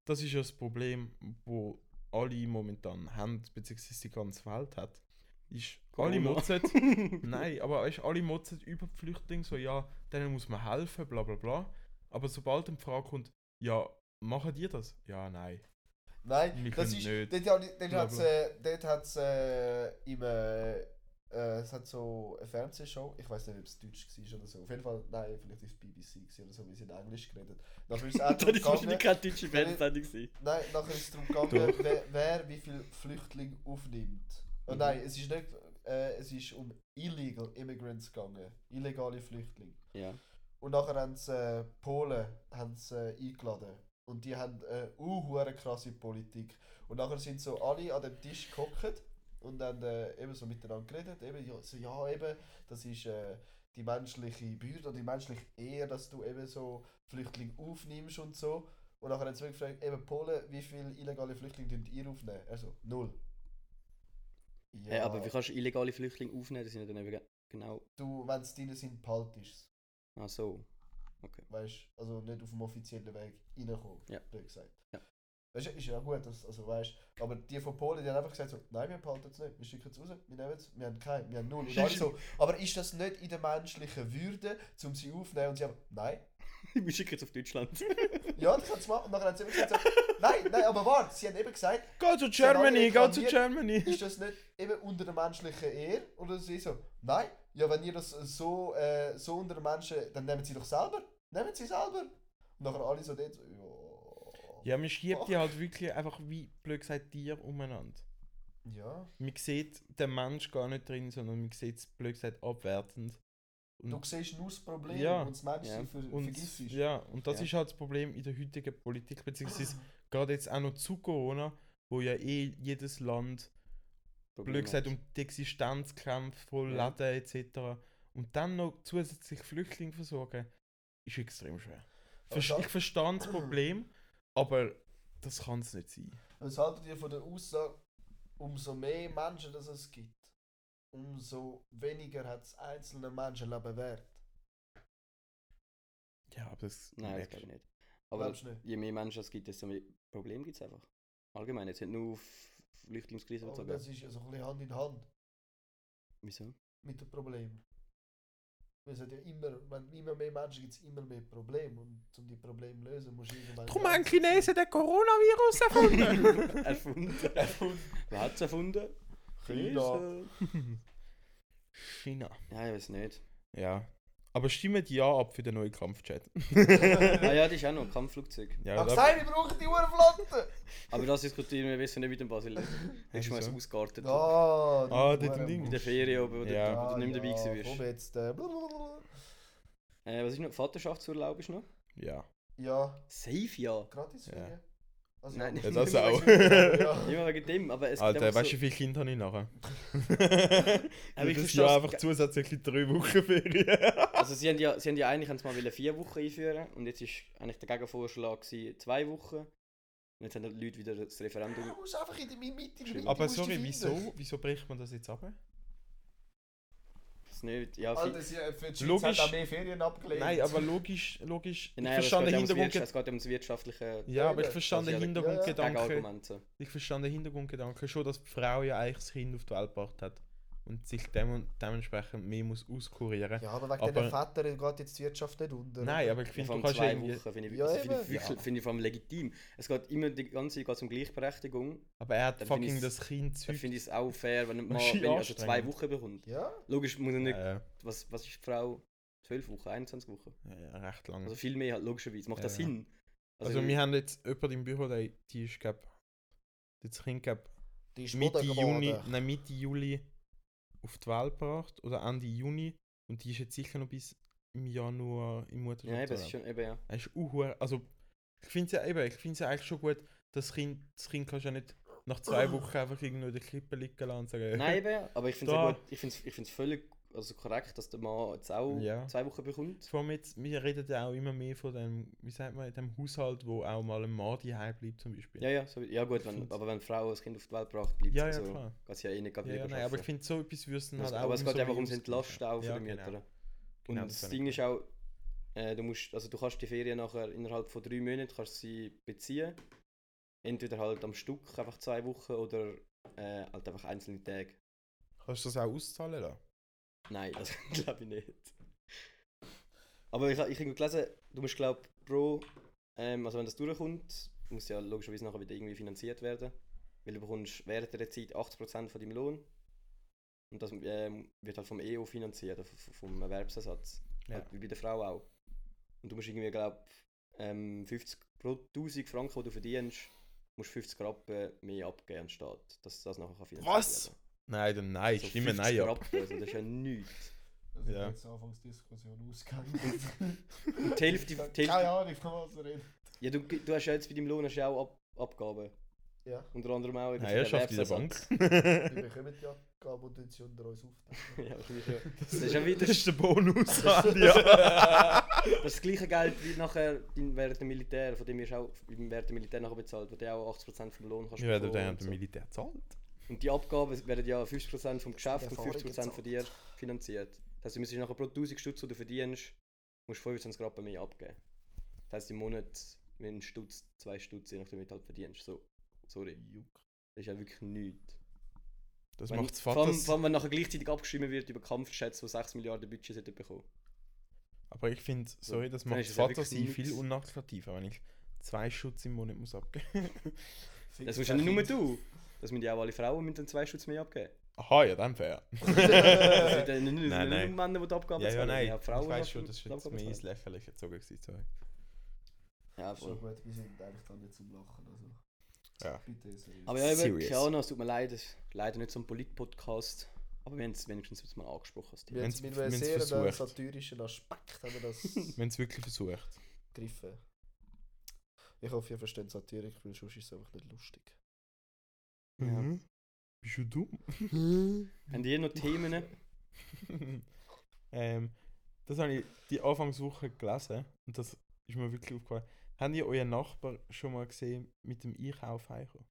S3: das ist ja das Problem, wo alle momentan haben, beziehungsweise die ganze Welt hat. Ist
S2: Corona.
S3: alle motzen, nein, aber weißt, alle motzen über die Flüchtlinge, so ja, denen muss man helfen, bla bla bla. Aber sobald die Frage kommt, ja, machen die das? Ja, nein.
S4: Nein,
S3: Wir
S4: das
S3: können
S4: ist.
S3: nicht.
S4: Dort, hat- dort
S3: Bla,
S4: hat es äh, dort hat's, äh, im. Äh, äh, es hat so eine Fernsehshow, ich weiß nicht, ob es Deutsch war oder so. Auf jeden Fall, nein, vielleicht ist es BBC gewesen oder so, weil sie in Englisch geredet Nachher ist es auch
S2: Das war
S4: darum
S2: wahrscheinlich
S4: gegangen,
S2: keine deutsche Fernsehsendung. gewesen.
S4: nein, nachher ist es darum gegangen wer, wer wie viel Flüchtlinge aufnimmt. Und
S2: Mhm.
S4: nein, es ist nicht. Äh, es ist um Illegal Immigrants gegangen. Illegale Flüchtlinge.
S2: Ja.
S4: Und nachher haben sie äh, Polen haben sie, äh, eingeladen. Und die haben eine uh, hure krasse Politik. Und nachher sind so alle an dem Tisch gehockt und haben äh, eben so miteinander geredet. Eben, ja, so, ja, eben, das ist äh, die menschliche Bürde, die menschliche Ehre, dass du eben so Flüchtlinge aufnimmst und so. Und nachher haben sie wirklich gefragt, eben Polen, wie viele illegale Flüchtlinge dürft ihr aufnehmen? Also, null. Ja,
S2: Hey, aber wie kannst du illegale Flüchtlinge aufnehmen? Die sind ja dann eben ge- genau.
S4: du, wenn es deine sind, behaltest du es.
S2: Ah, so. Okay.
S4: weißt also nicht auf dem offiziellen Weg reinkommen,
S2: Ja.
S4: blöd gesagt.
S2: Ja.
S4: Weißt, ist ja auch gut, dass, also weißt aber die von Polen, die haben einfach gesagt so, nein, wir behalten es nicht, wir schicken es raus, wir nehmen es, wir haben keinen, wir haben null. Und alle so, aber ist das nicht in der menschlichen Würde, um sie aufzunehmen? Und sie haben, nein,
S2: Wir schicken jetzt auf Deutschland.
S4: ja, das kannst du machen. Und nachher haben sie eben gesagt so, nein, nein, aber warte, sie haben eben gesagt,
S3: Go to Germany,
S4: Germany, go
S3: go
S4: to
S3: to Germany!
S4: ist das nicht eben unter der menschlichen Ehre? Oder sie so, nein, ja, wenn ihr das so, äh, so unter den Menschen, dann nehmen sie doch selber, nehmen sie selber. Und nachher alle so dort so, ja.
S3: Ja, man schiebt die halt wirklich einfach wie blöd gesagt Tier umeinander.
S4: Ja,
S3: man sieht den Mensch gar nicht drin, sondern man sieht es blöd gesagt abwertend.
S4: du
S3: Und-
S4: siehst nur das Problem
S3: Hm. Ja.
S4: und das Menschsein
S2: Ja.
S4: ver
S3: Und,
S4: vergisst es.
S3: ja, und das
S2: Ja.
S3: ist halt das Problem in der heutigen Politik, beziehungsweise gerade jetzt auch noch zu Corona, wo ja eh jedes Land blöd gesagt um die Existenz kämpft, voll
S2: Ja.
S3: Läden etc. Und dann noch zusätzlich Flüchtlinge versorgen, ist extrem schwer.
S4: Aber
S3: Verst
S4: da-
S3: ich verstehe das Problem, aber das kann es nicht sein.
S4: Was haltet ihr von der Aussage, umso mehr Menschen das es gibt, umso weniger hat es einzelne Menschenleben wert?
S3: Ja, aber das
S2: Nein, das
S3: merkst
S2: glaube ich
S3: du.
S2: nicht. Aber
S4: Glaubst du nicht?
S2: je mehr Menschen es gibt, desto mehr Probleme gibt es einfach. Allgemein, jetzt nicht nur auf Flüchtlingskrise
S4: Aber
S2: bezogen.
S4: Oh, das ist ja so ein bisschen Hand in Hand
S2: Wieso?
S4: mit dem Problem. Weil Es hat ja immer, wenn immer mehr Menschen gibt es immer mehr Probleme und um die Probleme zu lösen musst du irgendwann...
S3: Darum haben die Chinesen den Coronavirus erfunden!
S2: erfunden. Wer hat es erfunden?
S4: China.
S2: Chinesen.
S3: China.
S2: Ja, ich weiß nicht.
S3: Ja. Aber stimmt ja ab für den neuen Kampfchat.
S2: Ah ja, das ist auch noch Kampfflugzeug.
S3: Ja,
S4: Ich gesagt, wir brauchen die Uhrenflotte!
S2: Aber das diskutieren wir wissen nicht mit dem Basil. Hättest du mal
S3: wieso?
S2: ein ausgeartet.
S4: Ah, die
S3: Ah, dort ein
S4: Uhren-
S3: Ding.
S2: In der Ferien oben, wo du-
S3: Ja.
S2: wo du nicht mehr dabei
S4: ja,
S2: gewesen
S4: Komm
S2: bist.
S4: jetzt, äh, blablabla.
S2: Äh, was ist noch? Vaterschaftsurlaub ist noch?
S3: ja.
S4: Ja,
S2: Safe ja.
S4: gratis
S3: Ja.
S4: Ferien. Also,
S2: Nein,
S4: ja.
S2: Ja,
S3: das
S4: Ja,
S3: auch.
S4: ja.
S2: Immer wegen dem, aber es
S3: Alter,
S2: einfach
S3: weißt du, wie viele Kinder habe ich nachher?
S2: Aber ich
S3: das
S2: verstehe
S3: Jahr
S2: es-
S3: einfach zusätzlich drei Wochen Ferien.
S2: Also sie haben ja, sie haben ja eigentlich haben's mal wollen vier Wochen einführen und jetzt ist eigentlich der Gegenvorschlag gewesen, zwei Wochen. Und jetzt haben die Leute wieder das Referendum.
S4: Du musst einfach in die Mi- Mitte, in die Mitte
S3: Aber
S4: musst du
S3: sorry,
S4: finden.
S3: wieso, wieso bricht man das jetzt ab?
S2: Das nicht, ja, viel-
S4: Alter, sie für die Schweiz
S3: Logisch.
S4: hat auch mehr Ferien abgelegt.
S3: Nein, aber logisch, logisch.
S2: nein, aber
S3: ich
S2: es
S3: verstand
S2: geht
S3: den
S2: ja ums
S3: Hintergrund.
S2: Wirtschaft- Es geht ja ums wirtschaftliche
S3: Ja, aber ich
S4: Das
S3: verstand
S2: ist ja
S3: den
S2: der-
S3: Hintergrundgedanken.
S2: Gegenargument. so.
S3: Ich verstand den Hintergrundgedanken schon, dass die Frau ja eigentlich das Kind auf die Welt gebracht hat und sich dem dementsprechend mehr muss auskurieren.
S4: Ja, aber wegen
S3: Aber-
S4: diesen Vätern geht jetzt die Wirtschaft nicht unter.
S3: Nein, aber ich
S2: Ja,
S3: finde,
S2: vor allem
S3: du kannst ja
S2: zwei
S3: irgendwie...
S2: Wochen finde ich,
S4: Ja,
S2: ja, find ich,
S4: eben.
S2: wirklich-
S3: Ja.
S2: find ich vor allem legitim. Es geht immer die ganze Zeit geht's um Gleichberechtigung.
S3: Aber er hat
S2: Dann find
S3: fucking
S2: ich's-
S3: das Kind
S2: Da
S3: zügig.
S2: finde ich es auch fair, wenn man
S3: ist
S2: wenn ich also zwei
S3: anstrengend.
S2: Wochen bekommt.
S4: Ja?
S2: Logisch muss er nicht.
S3: Äh,
S2: Was, was ist die Frau? 12 Wochen, 21 Wochen.
S3: ja, recht lang.
S2: Also
S3: Also,
S2: viel mehr halt, logischerweise. Macht das
S3: Hm. Ja.
S2: Sinn? Also
S3: Also wir haben jetzt jemanden im Büro, der, die ist, glaub, das Kind, glaub,
S4: Die ist
S3: Mitte
S4: Mutter geworden.
S3: Juni, nein, Mitte Juli auf die Welt gebracht oder Ende Juni und die ist jetzt sicher noch bis im Januar im Mutterschutz.
S2: Ja, eben, es ist schon, eben, ja.
S3: Er ist uhuere- Also, ich finde es ja eben, ich finde es ja eigentlich schon gut, das Kind, das Kind kannst du ja nicht nach zwei Wochen einfach irgendwo in der Klippe liegen lassen und sagen,
S2: Nein, eben, aber ich finde
S3: Da.
S2: es ich find's, ich find's völlig also korrekt, dass der Mann jetzt auch
S3: Ja.
S2: zwei Wochen bekommt.
S3: Vor allem jetzt, wir reden ja auch immer mehr von dem, wie sagt man, dem Haushalt, wo auch mal ein Mann daheim bleibt zum Beispiel.
S2: Ja, ja, so, ja gut, wenn,
S3: find's-
S2: aber wenn die Frau ein Kind auf die Welt braucht, bleibt
S3: Ja,
S2: es
S3: ja,
S2: so.
S3: klar.
S2: Geht's ja eh nicht gerade
S3: Ja, ja,
S2: lieber
S3: nein, aber ich
S2: arbeiten.
S3: finde, so etwas würden halt
S2: Es-
S3: auch
S2: aber es geht
S3: umso
S2: einfach
S3: mehr
S2: ums Entlasten auch für
S3: Ja,
S2: die
S3: genau.
S2: Mütter.
S3: Genau,
S2: Und
S3: das
S2: das,
S3: wär
S2: Ding
S3: nicht
S2: ist auch, äh, du, musst, also du kannst die Ferien nachher innerhalb von drei Monaten kannst sie beziehen. Entweder halt am Stück, einfach zwei Wochen, oder äh, halt einfach einzelne Tage.
S3: Kannst du das auch auszahlen lassen?
S2: Nein, das glaube ich nicht. Aber ich, ich habe gelesen, du musst glaube pro, ähm, also wenn das durchkommt, muss ja logischerweise nachher wieder irgendwie finanziert werden. Weil du bekommst während der Zeit 80% von deinem Lohn. Und das ähm, wird halt vom EO finanziert, also v- vom Erwerbsersatz.
S3: Ja.
S2: Halt, wie bei der Frau auch. Und du musst irgendwie, glaube ähm, 50 pro 1000 Franken, die du verdienst, musst 50 Rappen mehr abgeben, anstatt dass das nachher kann finanziert
S3: Was?
S2: werden
S3: Nein, dann nein,
S2: So
S3: stimme
S2: 50
S3: nein ab.
S2: Also Rappen, also das ist ja nichts.
S4: Das ist
S3: Ja.
S4: jetzt eine Anfangsdiskussion ausgegangen.
S2: Die Hälfte,
S4: Ich hab
S2: die
S4: Keine
S2: Hälfte
S4: Ahnung, von was wir reden.
S2: ja, du, du hast ja jetzt bei deinem Lohn hast ja auch Ab Abgaben.
S4: Ja,
S2: Unter anderem auch eben
S3: Nein,
S2: für
S3: er
S2: den
S3: schafft in der Bank.
S2: Erwerbsersatz.
S4: wir bekommen die Abgabe und tun sie unter uns auf.
S2: ja, wahrscheinlich ja. Das ist ja wieder
S3: Das ist der Bonus an ja.
S2: das, ist das gleiche Geld wie nachher dein- während dem Militär, von dem wirst du auch während dem Militär nachher bezahlt, wo du ja auch 80% vom Lohn kannst
S3: Wir werden
S2: bekommen
S3: dann
S2: und,
S3: dem Militär zahlt.
S2: so. und die Abgaben werden ja 50% vom Geschäft und
S4: Erfahrung
S2: 50% von dir finanziert. Das heisst, du müsstest nachher pro 1000 Stutz, die du verdienst, musst du 25 Rappen mehr abgeben. Das heisst, im Monat wenn ein Stutz, zwei Stutz, je nachdem, wie du halt verdienst. So, sorry. Das ist ja wirklich nichts.
S3: Das
S2: Wenn-
S3: macht das
S2: vor allem-
S3: Vaters.
S2: Vor allem, wenn nachher gleichzeitig abgeschrieben wird über Kampfjets, die 6 Milliarden Budget hätten bekommen.
S3: Aber ich finde, sorry, das
S2: Dann
S3: macht
S2: ist
S3: das
S2: es ja wirklich
S3: Vaters sein viel
S2: nichts.
S3: unattraktiver, wenn ich zwei Schutz im Monat muss abgeben
S2: Das musst ja nicht nur du. Das müssen ja auch alle Frauen mit den zwei Schutz mehr abgeben.
S3: Aha, ja, dann fair.
S2: Das sind ja nicht, nicht
S3: Nein, nein.
S2: nur Männer, die die Abgaben
S3: Ja, ja,
S2: zahlen, sondern
S3: nein.
S2: auch Frauen.
S3: ich weiß
S2: die
S3: schon, das ist
S2: die
S3: jetzt
S2: Abgaben
S3: mehr ins
S2: zahlen.
S3: Lächerliche gezogen. gewesen, Sorry.
S2: Ja,
S4: So
S2: voll.
S4: gut, wir sind eigentlich da nicht zum Lachen. Also.
S3: Ja.
S4: Bitte seriös.
S2: Aber ja, eben,
S3: Serious.
S2: keine Ahnung, es tut mir leid, es ist leider nicht so ein Polit-Podcast. Aber wir haben es wenigstens jetzt mal angesprochen. Das Thema.
S4: Wir haben es
S3: Wenn's-
S4: mit einem
S3: wenn's
S4: sehr äh,
S3: versucht.
S4: satirischen Aspekt haben wir das
S3: Wir haben es wirklich versucht.
S4: gegriffen. Ich hoffe, ihr versteht Satirik, weil sonst ist es einfach nicht lustig.
S2: Ja.
S3: Mhm. Bist du dumm?
S2: Haben die noch Themen?
S3: ähm, das habe ich die Anfangswoche gelesen und das ist mir wirklich aufgefallen. Habt ihr euren Nachbar schon mal gesehen mit dem Einkauf heimkommen?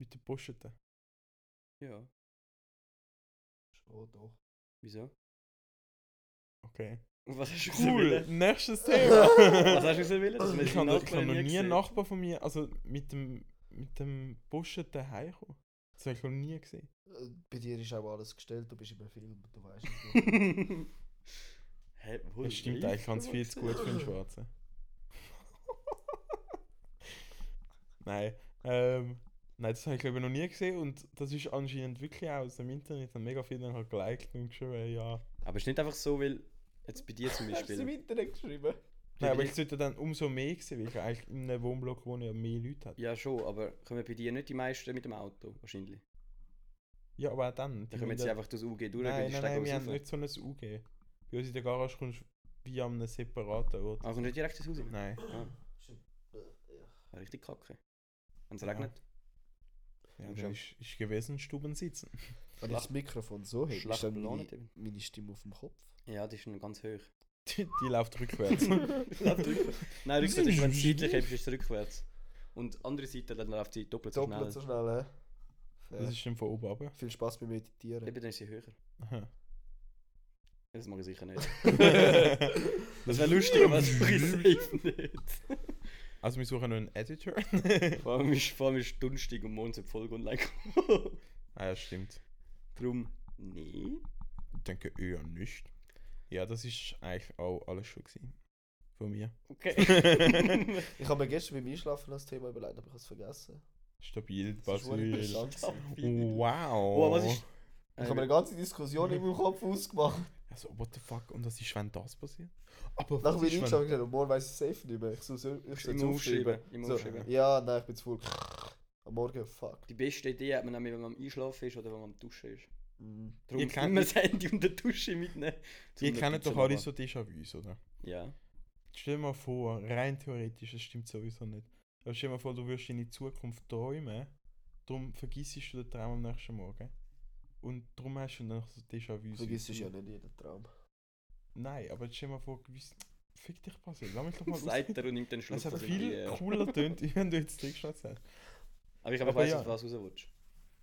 S3: Mit den Posten?
S2: Ja.
S4: Schon Oh, doch.
S2: Wieso?
S3: Okay.
S2: Und was hast du
S3: Cool,
S2: gewählt?
S3: nächstes Thema.
S2: Was hast du gewählt? Dass wir
S3: ich
S2: die
S3: habe noch, ich hab
S2: Nachbarn
S3: noch nie
S2: gesehen.
S3: einen Nachbar von mir, also mit dem, mit dem Buschen daheim kommen. Das habe ich noch nie gesehen.
S4: Äh, Bei dir ist auch alles gestellt, du bist im Film, du weißt es nicht.
S2: Hä, wo
S3: Das stimmt
S2: ich?
S3: eigentlich ganz viel zu gut für einen Schwarzen. nein, ähm, nein, das habe ich glaube ich noch nie gesehen und das ist anscheinend wirklich auch aus dem Internet und mega viele haben halt geliked und geschrieben, ja.
S2: Aber es ist nicht einfach so, weil jetzt bei dir zum Beispiel.
S4: Internet geschrieben?
S3: Nein, aber ich sollte dann umso mehr sehen, weil ich eigentlich in einem Wohnblock wohne ja mehr Leute hat.
S2: Ja, schon, aber kommen bei dir nicht die meisten mit dem Auto, wahrscheinlich.
S3: Ja, aber auch dann. die
S2: Dann kommen jetzt
S3: müssen-
S2: einfach das UG durch
S3: Nein,
S2: die
S3: nein, nein, wir
S2: alles
S3: haben
S2: rauf.
S3: nicht so ein UG. Bei uns in der Garage kommst du wie an einem separaten Ort.
S2: Ah, kommt nicht direkt ins Haus rein?
S3: Nein.
S2: Ah,
S4: Äh,
S2: wäre richtig kacke. Wenn es regnet.
S3: Ja,
S2: Und
S3: dann
S2: schon.
S3: ist, ist gewesen, Stuben sitzen.
S4: Wenn ich das Mikrofon so hätte,
S2: Schlecht
S4: ist dann
S2: belohnt
S4: meine,
S2: eben.
S4: meine Stimme auf dem Kopf.
S2: Ja, das ist schon ganz hoch.
S3: Die, die läuft rückwärts.
S2: Nein, rückwärts ist, wenn du seitlich hebst, ist es rückwärts. Und andere Seite, dann läuft sie doppelt so
S4: Doppelt so
S2: schnell.
S4: schnell, hä? Ja.
S3: Das ist dann von oben runter.
S4: Viel Spaß beim Meditieren.
S2: Eben, dann ist sie höher.
S3: Aha.
S2: Das mag ich sicher nicht.
S3: das
S2: Das wäre lustig, aber das mache ich safe nicht.
S3: Also wir suchen noch einen Editor.
S2: Vor allem ist, vor allem ist dunstig und morgens in die Folge online gekommen.
S3: ah ja, stimmt.
S2: Drum, nee.
S3: Ich denke eher nicht. Ja, das ist eigentlich auch alles schon gewesen. Von mir.
S2: Okay.
S4: Ich habe mir gestern beim Einschlafen das Thema überlegt, aber ich habe es vergessen.
S3: Stabil,
S4: Das ist verdammt
S3: Basil.
S4: interessant. gewesen.
S3: Wow.
S2: Oh, Äh, was ist.
S4: Ich habe mir eine ganze Diskussion in meinem Kopf ausgemacht.
S3: Also, what the fuck? Und was ist, wenn das passiert? Aber
S4: Nachher
S3: was
S4: bin ich
S3: ist, wenn...
S4: eingeschlafen und morgen weiss ich es safe nicht mehr. Ich soll es ich soll's
S2: Im Aufschreiben,
S4: aufschreiben.
S2: im
S4: So,
S2: Aufschreiben.
S4: ja, nein, ich bin zu voll. Am Morgen, fuck.
S2: Die beste Idee hat man nämlich, wenn man am Einschlafen ist oder wenn man am Duschen ist.
S4: Mm.
S2: Darum
S3: Ihr
S2: ihr
S3: kennt-
S2: kennt das Handy unter der Dusche mitnehmen. zum
S3: Ihr kennt doch
S2: Notizen
S3: alle
S2: machen.
S3: so Déjà-vus, oder?
S2: Ja.
S3: Stell dir mal vor, rein theoretisch, das stimmt sowieso nicht. Aber stell dir mal vor, du würdest in die Zukunft träumen, darum vergissest du den Traum am nächsten Morgen. Und darum hast du dann so Déjà-vus.
S4: Vergiss es ja nicht jeden Traum.
S3: Nein, aber jetzt stell dir mal vor, gewiss... Fick dich, Basil, lass mich doch mal
S2: Sagt er und nimmt den Schluck.
S3: Das hat
S2: dass ich die,
S3: viel
S2: äh,
S3: cooler tönt, wenn du jetzt zurückgeschaut hast.
S2: Aber ich glaube, ich
S3: Aber
S2: weiss,
S3: ja.
S2: auf was du raus willst.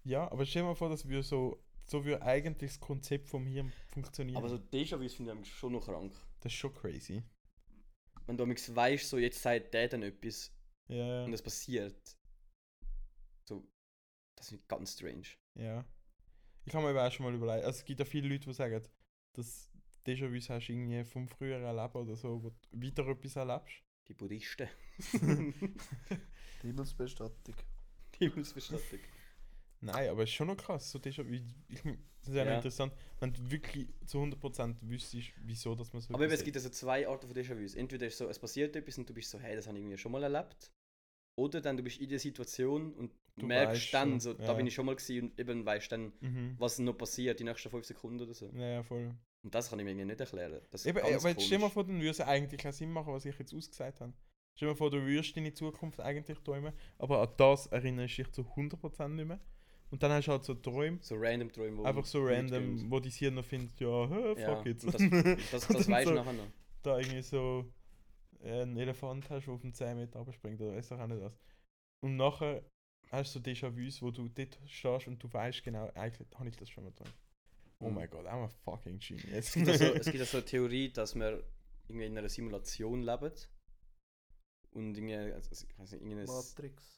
S3: Ja, aber stell dir mal vor, dass wir so... So wie eigentlich das Konzept vom Hirn funktioniert.
S2: Aber so Déjà-vus finde ich eigentlich schon noch krank.
S3: das ist schon crazy.
S2: Wenn du amigs weißt, so jetzt sagt der dann etwas
S3: Ja,
S2: und
S3: ja.
S2: es passiert. So, das ist ganz strange.
S3: ja. Ich habe mir aber auch schon mal überlegt, also es gibt ja viele Leute, die sagen, dass Déjà-vu hast du irgendwie vom früheren Leben oder so, wo du wieder etwas erlebst.
S2: Die Buddhisten.
S4: Himmelsbestattung.
S2: die Himmelsbestattung.
S3: Nein, aber es ist schon noch krass, so Déjà-vu, ich, mein, das ist ja, noch
S2: Ja.
S3: interessant, wenn du wirklich zu 100% wüsstest, wieso dass man so
S2: Aber eben,
S3: etwas
S2: es gibt
S3: hat.
S2: also zwei Arten von Déjà-vus. Entweder ist so, es passiert etwas und du bist so, hey, das habe ich irgendwie schon mal erlebt. Oder dann du bist in der Situation und
S3: Du
S2: merkst
S3: weißt
S2: dann, so,
S3: schon,
S2: da
S3: ja.
S2: bin ich schon mal gewesen und eben weißt dann,
S3: Mhm.
S2: was noch passiert, die nächsten fünf Sekunden oder so.
S3: Ja, ja, voll.
S2: Und das kann ich mir irgendwie nicht erklären. Das ist
S3: Eben,
S2: ganz
S3: aber jetzt stell dir mal
S2: komisch.
S3: vor, dann würde es eigentlich keinen Sinn machen, was ich jetzt ausgesagt habe. Stell dir mal vor, du würdest deine Zukunft eigentlich träumen, aber an das erinnerst du dich zu 100% nicht mehr. Und dann hast du halt so Träume,
S2: So random Träume, wo
S3: einfach so
S2: nicht
S3: random,
S2: gehen.
S3: wo dein Hirn noch findet, ja, hä,
S2: Ja,
S3: fuck jetzt.
S2: und das, das, das
S3: Und
S2: weißt du
S3: so.
S2: nachher noch.
S3: da irgendwie so äh, einen Elefant hast, der auf den 10 Meter abspringt oder weiß doch auch nicht was. Und nachher hast du Déjà-vus, wo du dort stehst und du weißt genau, eigentlich habe ich das schon mal drin. Oh
S2: Mhm.
S3: mein Gott, I'm a fucking genius.
S2: Es gibt also, es gibt ja so eine Theorie, dass wir irgendwie in einer Simulation leben. Und irgendwie, also, ich weiß nicht, irgendein...
S4: Matrix.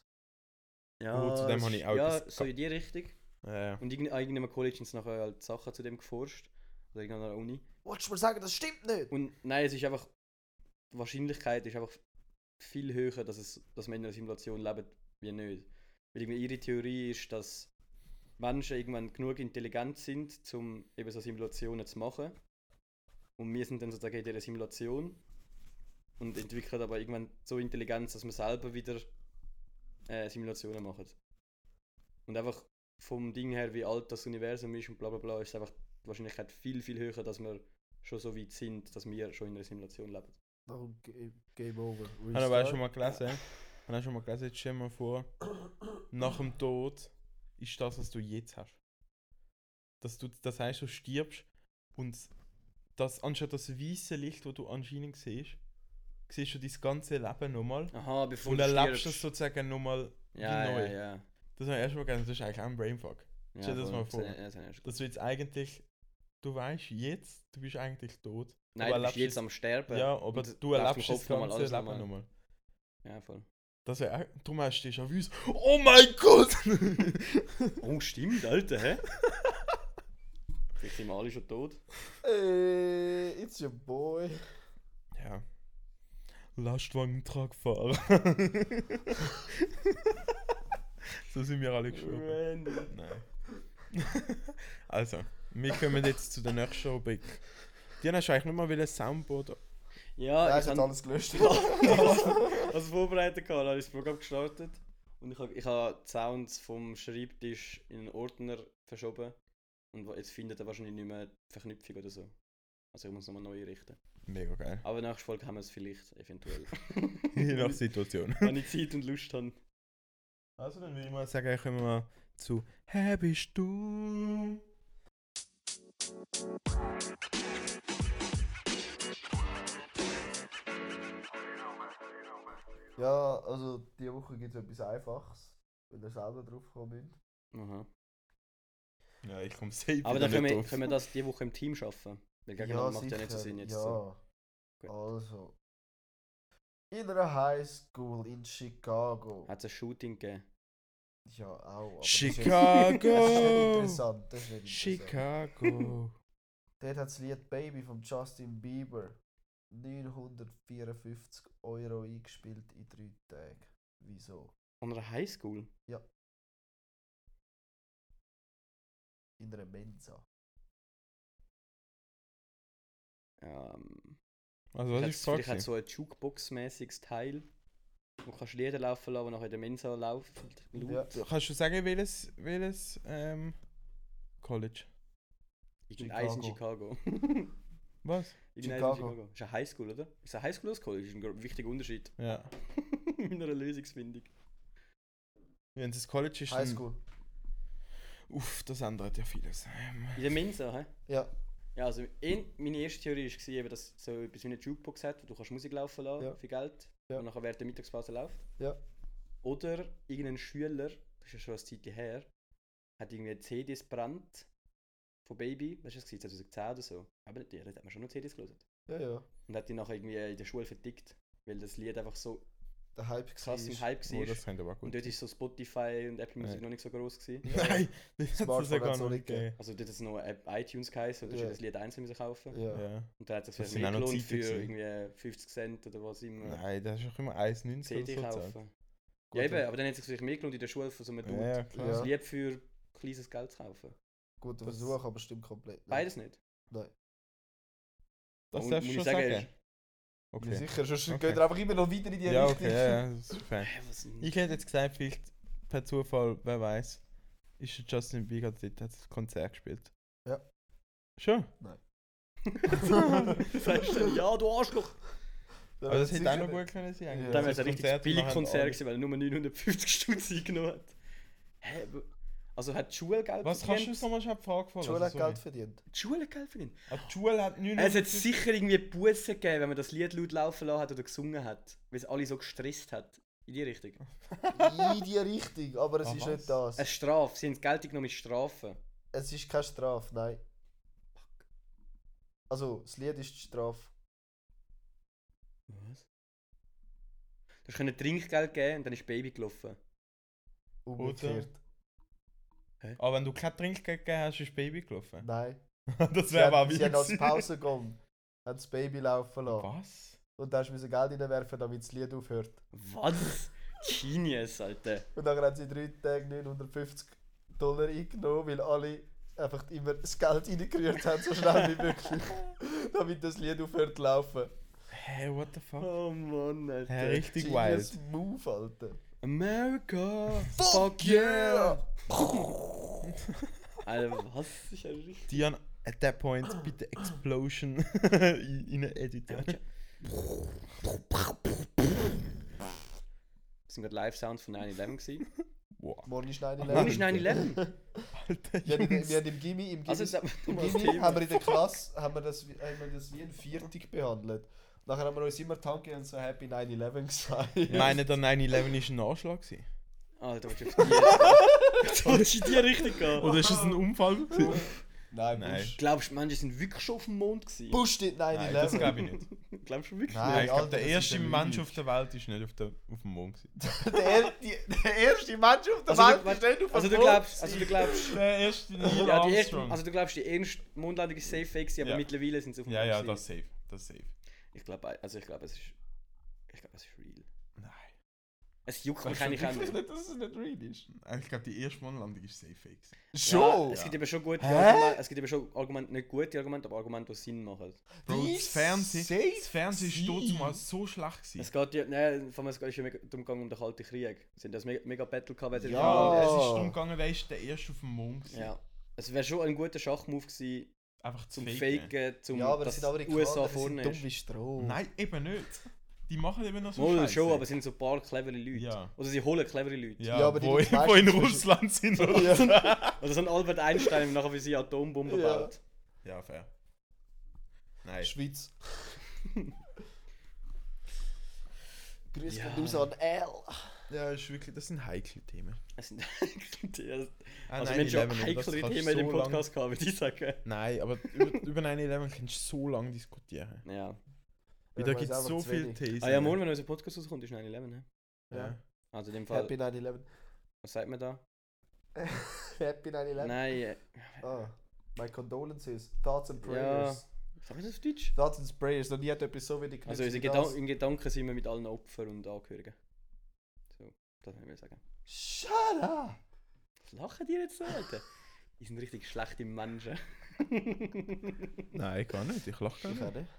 S3: Oh, zu dem
S2: es-
S3: habe ich auch
S2: Ja,
S3: etwas
S2: so in die Richtung.
S3: ja, ja.
S2: Und irgend- an irgendeinem College haben sie nachher halt Sachen zu dem geforscht. Oder irgendeiner Uni.
S4: Wolltest du mal sagen, das stimmt nicht?
S2: Und nein, es ist einfach. Die Wahrscheinlichkeit ist einfach viel höher, dass, es, dass wir in einer Simulation leben, wie nicht. Weil irgendwie ihre Theorie ist, dass Menschen irgendwann genug intelligent sind, um eben so Simulationen zu machen. Und wir sind dann sozusagen in dieser Simulation und entwickeln aber irgendwann so Intelligenz, dass wir selber wieder äh, Simulationen machen. Und einfach vom Ding her, wie alt das Universum ist und bla bla bla, ist einfach die Wahrscheinlichkeit viel, viel höher, dass wir schon so weit sind, dass wir schon in einer Simulation leben.
S4: Darum Ga- Game Over.
S3: Habe ich aber auch schon
S4: Restart.
S3: mal gelesen. Habe auch schon mal gelesen, jetzt stell dir mal vor, nach dem Tod ist das, was du jetzt hast. Dass du, das heißt, du stirbst und das, anstatt das weiße Licht, das du anscheinend siehst, siehst du dein ganze Leben nochmal.
S2: Aha, Ah, bevor
S3: Und erlebst das sozusagen nochmal
S2: ja,
S3: wie neu.
S2: Ja, ja.
S3: Das habe ich erst mal gelesen, das ist eigentlich auch ein Brainfuck.
S2: Ja,
S3: Stell dir das
S2: voll.
S3: mal vor.
S2: Ja, das hab ich auch schon
S3: Dass du jetzt eigentlich, du weißt jetzt, du bist eigentlich tot.
S2: Nein,
S3: aber
S2: du bist
S3: erlebst
S2: jetzt
S3: es-
S2: am Sterben.
S3: Ja, aber
S2: Und
S3: du
S2: darfst im
S3: erlebst das
S2: Kopf noch mal
S3: ganze
S2: alles
S3: Leben
S2: nochmal.
S3: nochmal.
S2: Ja, voll.
S3: Das wäre auch, darum hast du Déjà-vus. Oh mein Gott!
S2: Oh, stimmt, Alter, hä? Vielleicht sind wir alle schon tot.
S4: Ey, Äh, it's your boy.
S3: ja. Lastwagen-Tragfahrer. so sind wir alle geschoben. Nein. also, wir kommen jetzt zu der nächsten Rubrik. Diana, hast du eigentlich nicht mal ein Soundboard?
S2: Ja,
S4: Nein,
S2: ich
S4: ich hat
S2: habe
S4: alles gelöscht.
S2: alles
S3: Also
S2: vorbereitet, gehabt, habe ich das Programm gestartet. Und ich habe ich hab die Sounds vom Schreibtisch in einen Ordner verschoben. Und wa- jetzt findet er wahrscheinlich nicht mehr die Verknüpfung oder so. Also ich muss nochmal neu richten.
S3: Mega geil.
S2: Aber nächste Folge haben wir es vielleicht, eventuell.
S3: Je nach Situation.
S2: Wenn ich Zeit und Lust habe.
S3: Also, dann würde ich mal sagen, kommen wir mal zu Hä bist du?
S4: ja, also diese Woche gibt es etwas Einfaches, wenn ihr selber drauf kommen müsst.
S2: Aha.
S3: Ja, ich komme safe
S2: Aber
S3: wieder
S2: dann können
S3: nicht
S2: wir,
S3: drauf.
S2: können wir das diese Woche im Team schaffen. Weil gegeneinander macht ja nicht so Sinn jetzt.
S4: Ja.
S2: So. Gut.
S4: Also. In einer High School in Chicago.
S2: Hat es ein Shooting gegeben?
S4: Ja, auch. aber Das ist nicht
S3: Chicago!
S4: interessant. Das ist nicht interessant.
S3: Chicago!
S4: Dort hat das Lied Baby von Justin Bieber 954 Euro eingespielt in drei Tagen. Wieso?
S2: An einer Highschool?
S4: In einer Mensa.
S2: Ja, ähm,
S3: Also, was
S2: vielleicht
S3: ist
S2: hat's- vielleicht hat
S3: gefragt?
S2: so ein Jukebox-mäßiges Teil. Wo kannst Lieder laufen lassen, die nachher in der Mensa laufen.
S4: Ja.
S3: Kannst du sagen, welches, welches ähm, College?
S2: Irgendeins in Chicago. Irgendeins
S3: Was?
S2: in
S4: Chicago.
S2: Chicago. Ist eine Highschool, oder? Ist eine Highschool oder ein College? Ist ein gro- wichtiger Unterschied
S3: Ja.
S2: in einer Lösungsfindung.
S3: Wenn es ein College ist, dann,
S4: Highschool.
S3: uff, das ändert ja vieles. Ähm,
S2: In der Mensa, hä?
S4: Ja.
S2: Ja, also in, meine erste Theorie war, eben, dass es so etwas wie eine Jukebox hat, wo du kannst Musik laufen lassen
S4: Ja.
S2: für Geld
S4: Ja.
S2: und nachher während der Mittagspause läuft.
S4: Ja.
S2: Oder irgendein Schüler, das ist ja schon ein Zeitchen her, hat irgendwie CDs brennt von Baby, was war das, gewesen, 2010 oder so. Aber die hat man schon noch CDs gelesen.
S4: Ja, ja.
S2: Und hat die nachher irgendwie in der Schule verdickt, weil das Lied einfach so
S4: Der Hype
S2: krass im
S4: war-
S2: Hype
S3: oh,
S2: war.
S3: das könnte aber
S2: und
S3: gut.
S2: dort ist so Spotify und Apple Music
S3: Nein.
S2: noch nicht so groß gewesen.
S3: Nein, das hat es
S4: Smartphone
S3: ja gar
S4: hat's noch
S3: noch
S4: nicht
S3: nicht gegeben.
S2: Also dort hat es noch App- iTunes geheißen und du
S4: Ja.
S2: hast das Lied einzeln müssen kaufen.
S4: Ja.
S3: Ja.
S2: Und dann hat es
S3: Das
S2: vielleicht
S3: sind
S2: mehr
S3: auch noch
S2: gelohnt für
S3: Zeiten gewesen.
S2: irgendwie 50 Cent oder was immer.
S3: Nein, das ist auch immer 1,90 oder
S2: CD
S3: so. gezahlt.
S2: kaufen.
S3: Gut,
S2: ja eben, aber dann hat es sich vielleicht mehr gelohnt in der Schule von so einem Dude,
S3: Ja, ja, klar.
S2: das
S4: Ja.
S2: Lied für kleines Geld zu kaufen.
S4: Guter
S3: Das-
S4: Versuch, aber stimmt komplett. nicht.
S2: Beides nicht.
S3: Das
S2: Muss-
S3: darfst du
S2: muss
S3: schon
S2: ich sagen,
S3: sagen.
S4: Ja,
S3: Okay.
S4: sicher, sonst
S3: Okay.
S4: geht er einfach immer noch weiter in die
S3: Ja,
S4: Richtung.
S3: okay, ja, ja, das ist fair.
S2: Hä, was denn?
S3: Ich hätte jetzt gesagt, vielleicht per Zufall, wer weiß, ist der Justin Bieber dort, hat das Konzert gespielt.
S4: Ja.
S3: Schon?
S2: Sagst du, ja, du Arschloch!
S4: Dann
S3: Aber das
S4: wird's
S3: hätte auch
S4: sicher
S3: noch gut können sein.
S4: Ja.
S3: eigentlich.
S2: Dann
S4: Dann
S2: wäre
S3: Das
S2: es ein richtig
S3: Konzert
S2: billiges
S3: machen
S2: Konzert
S3: alle.
S2: gewesen, weil er nur 950 Stunden eingenommen hat. Hä? w- Also hat die Schule Geld
S3: Was kannst du uns nochmal schon
S4: Die
S3: vorgefallen?
S4: Schule hat Geld verdient.
S2: Die Schule Geld verdient?
S3: Die Schule hat 900.
S2: Es hat sicher irgendwie Buße gegeben, wenn man das Lied laut laufen lassen hat oder gesungen hat. Weil es alle so gestresst hat. In die Richtung.
S4: In die Richtung, aber es
S3: Ah,
S4: ist
S3: was?
S4: nicht das.
S2: Eine Strafe. Sie haben das Geld genommen mit Strafen.
S4: Es ist keine Strafe, nein. Also, das Lied ist die Strafe.
S2: Was? Du hast können Trinkgeld geben und dann ist Baby gelaufen.
S4: Umgekehrt.
S3: Aber wenn du kein Trinkgeld gegeben hast, ist Baby gelaufen.
S4: Nein.
S3: das
S4: Sie
S3: wäre aber
S4: haben,
S3: witzig.
S4: sie haben als Pause gegangen, haben das Baby laufen lassen.
S3: Was?
S4: Und dann mussten sie Geld reinwerfen, damit das Lied aufhört.
S2: Was? Genius, Alter.
S4: Und dann haben sie drei Tage 950 Dollar eingenommen, weil alle einfach immer das Geld reingerührt haben, so schnell wie möglich. damit das Lied aufhört zu laufen.
S3: Hä, hey, what the fuck?
S2: Oh Mann, Alter.
S3: Hä, richtig
S4: Genius
S3: wild.
S4: Move, Alter.
S2: America! Fuck yeah! Alter, was? Ich richtig.
S3: Dian, at that point, bitte Explosion in in den Editor.
S2: Das sind gerade Live-Sounds von 9-11 gewesen.
S3: Wow,
S4: Morgen ist 9-11.
S2: Morgen ist 9-11.
S3: Alter,
S4: Wir haben, in- wir
S3: Jungs.
S4: haben im Gimmi, im Gimmi,
S2: Also, das
S4: im
S2: mal das
S4: Gimmi
S2: Thema.
S4: haben wir in der Klasse haben wir das, wie- haben wir das wie ein Viertig behandelt. Nachher haben wir uns immer tanken und so Happy 9-11 gesagt.
S3: Meine, der 9-11 ist ein Anschlag gewesen.
S2: Alter, willst du auf die. Jetzt willst du in die Richtung gehen.
S3: Oder ist es ein Unfall?
S4: Nein,
S3: Nein.
S4: Bush.
S2: Glaubst du, Menschen sind wirklich schon auf dem Mond gewesen?
S4: Bush steht 9-11.
S3: Nein, das glaube ich nicht.
S2: Glaubst du wirklich?
S4: Nein,
S3: Nein, ich glaube,
S4: Alter,
S3: der
S4: das
S3: erste
S4: ist eine
S3: Mensch
S4: Lüge.
S3: auf der Welt ist nicht auf, der, auf dem Mond. gewesen.
S4: der, er, die, der erste Mensch auf der
S2: Also du-
S4: Welt ist nicht auf
S2: Also
S4: dem
S2: du
S4: Mond
S2: glaubst, also du glaubst.
S3: Der erste Neil
S2: Ja, die erste,
S3: Armstrong.
S2: also du glaubst, die erste Mondlandung ist safe fake, gewesen, aber
S3: Ja.
S2: mittlerweile sind sie auf dem
S3: ja,
S2: Mond
S3: ja, das
S2: gewesen.
S3: ist safe. Das ist safe.
S2: Ich glaube, also ich glaube, es ist. Ich glaube, es ist real.
S3: Nein.
S2: Es juckt mich
S3: Weißt du
S2: eigentlich auch nicht.
S4: nicht, dass es nicht real ist.
S3: Ich glaube, die erste Mondlandung ist safe fake. gewesen.
S4: Schon?
S2: Ja, es gibt eben schon gute
S4: Hä?
S2: Argumente, es gibt eben schon Argumente, nicht gute Argumente, aber Argumente, die Sinn machen.
S3: Bro,
S4: Die
S3: das Fernsehen,
S4: safe
S3: das Fernsehen ist
S4: gewesen.
S3: dort mal so schlecht gewesen.
S2: Es geht ja, nein, vor allem es geht ja mega darum gegangen um den Kalten Krieg. Es sind das mega, mega Battle gehabt, wer der
S4: Ja.
S2: Gewinner
S3: Es
S2: ist.
S3: ist darum gegangen, wer ist der erste auf dem Mond gewesen.
S2: ja. Es wäre schon ein guter Schachmove gewesen,
S3: Einfach zu
S2: zum
S3: faken.
S2: Faken, zum
S4: ja, aber es
S2: dass
S4: sind Amerikaner,
S2: USA
S4: die sind
S2: vorne
S4: dumm
S2: ist.
S4: wie Stroh.
S3: Nein, eben nicht. Die machen eben noch so
S2: Mal
S3: Scheiße.
S2: schon, aber es sind so ein paar clevere Leute.
S3: Ja.
S2: Oder sie holen clevere Leute.
S3: ja,
S4: Ja, aber
S3: aber
S4: die
S3: wo,
S4: sind
S3: wo in
S4: meistens-
S3: Russland sind. oder?
S4: Ja.
S2: Also so ein Albert Einstein, der nachher wie sie Atombombe
S4: Ja.
S2: baut.
S3: Ja, fair. Nein.
S4: Schweiz. Grüß
S2: Ja.
S4: ja. raus an L.
S3: Ja, ist wirklich, das sind heikle Themen.
S2: Es sind heikle Themen.
S3: Ah,
S2: Also, wir haben schon
S3: 9/11, das
S2: heiklere
S3: kannst
S2: Themen in dem
S3: so lang-
S2: Podcast gehabt, würde ich sagen.
S3: Nein, aber über, über 9-11 kannst du so lange diskutieren.
S2: Ja.
S3: Weil da
S4: Ich weiss
S3: gibt es
S4: einfach
S3: so
S4: zu
S3: viele
S4: wenig.
S3: Thesen.
S2: Ah ja, morgen, wenn unser Podcast rauskommt, ist 9-11. ne?
S3: Ja.
S2: Also, in dem Fall,
S4: Happy 9-11.
S2: was sagt man da?
S4: Happy 9-11.
S2: Nein, äh,
S4: Ah, my condolences. Thoughts and prayers.
S2: sag ich das auf Deutsch?
S4: Thoughts and prayers. Noch nie hat etwas so wenig
S2: Also, unsere
S4: genützt wie
S2: Gedan in Gedanken sind wir mit allen Opfern und Angehörigen. So, das will ich sagen.
S4: das. Shut up!
S2: Was lachen die jetzt so, Alter? Die sind richtig schlechte Menschen.
S3: Nein, gar nicht. Ich lache gar
S4: Ich
S3: nicht.
S4: kann nicht.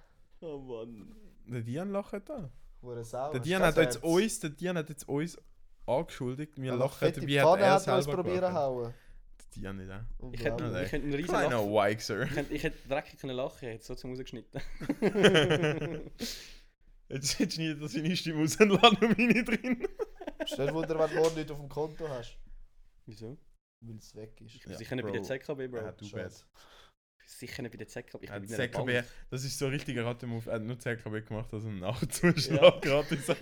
S2: oh Mann.
S3: Der Dian lacht da.
S4: Hure Sau.
S3: Der
S4: hast
S3: Dian
S4: kein
S3: hat jetzt
S4: Herz.
S3: uns, der Dian hat jetzt uns angeschuldigt. Wir
S4: Aber
S3: lachen,
S4: fette
S3: wie hat
S4: Pfanne
S3: er
S4: hat er uns
S3: selber
S4: probieren
S3: gelacht.
S4: hauen.
S3: Die haben nicht, äh.
S2: Ich hätte,
S3: Nein.
S2: ich hätte einen halt. riesen
S3: Kleiner
S2: Lachen.
S3: Weichser.
S2: Ich hätte, ich hätte dreckig können lachen, ich hätte so zum rausgeschnitten.
S3: Jetzt hättest du nicht, dass ich nicht Stimme ausladen und meine drin.
S4: Ist nicht wunder, wenn du morgen nichts auf dem Konto hast,
S2: Wieso?
S4: weil es weg ist.
S3: Ja,
S2: sicher nicht bei der
S3: Bro.
S2: ZKB, Bro.
S3: Ja, du
S4: Schade.
S3: bad.
S2: Sicher nicht bei der ZKB. Ich
S3: Ja,
S2: bin
S3: die
S2: in einer
S3: ZKB,
S2: Bank.
S3: das ist so ein richtiger Rattenmove. Er hat nur ZKB gemacht, dass er einen Nachzuschlag gratis hat.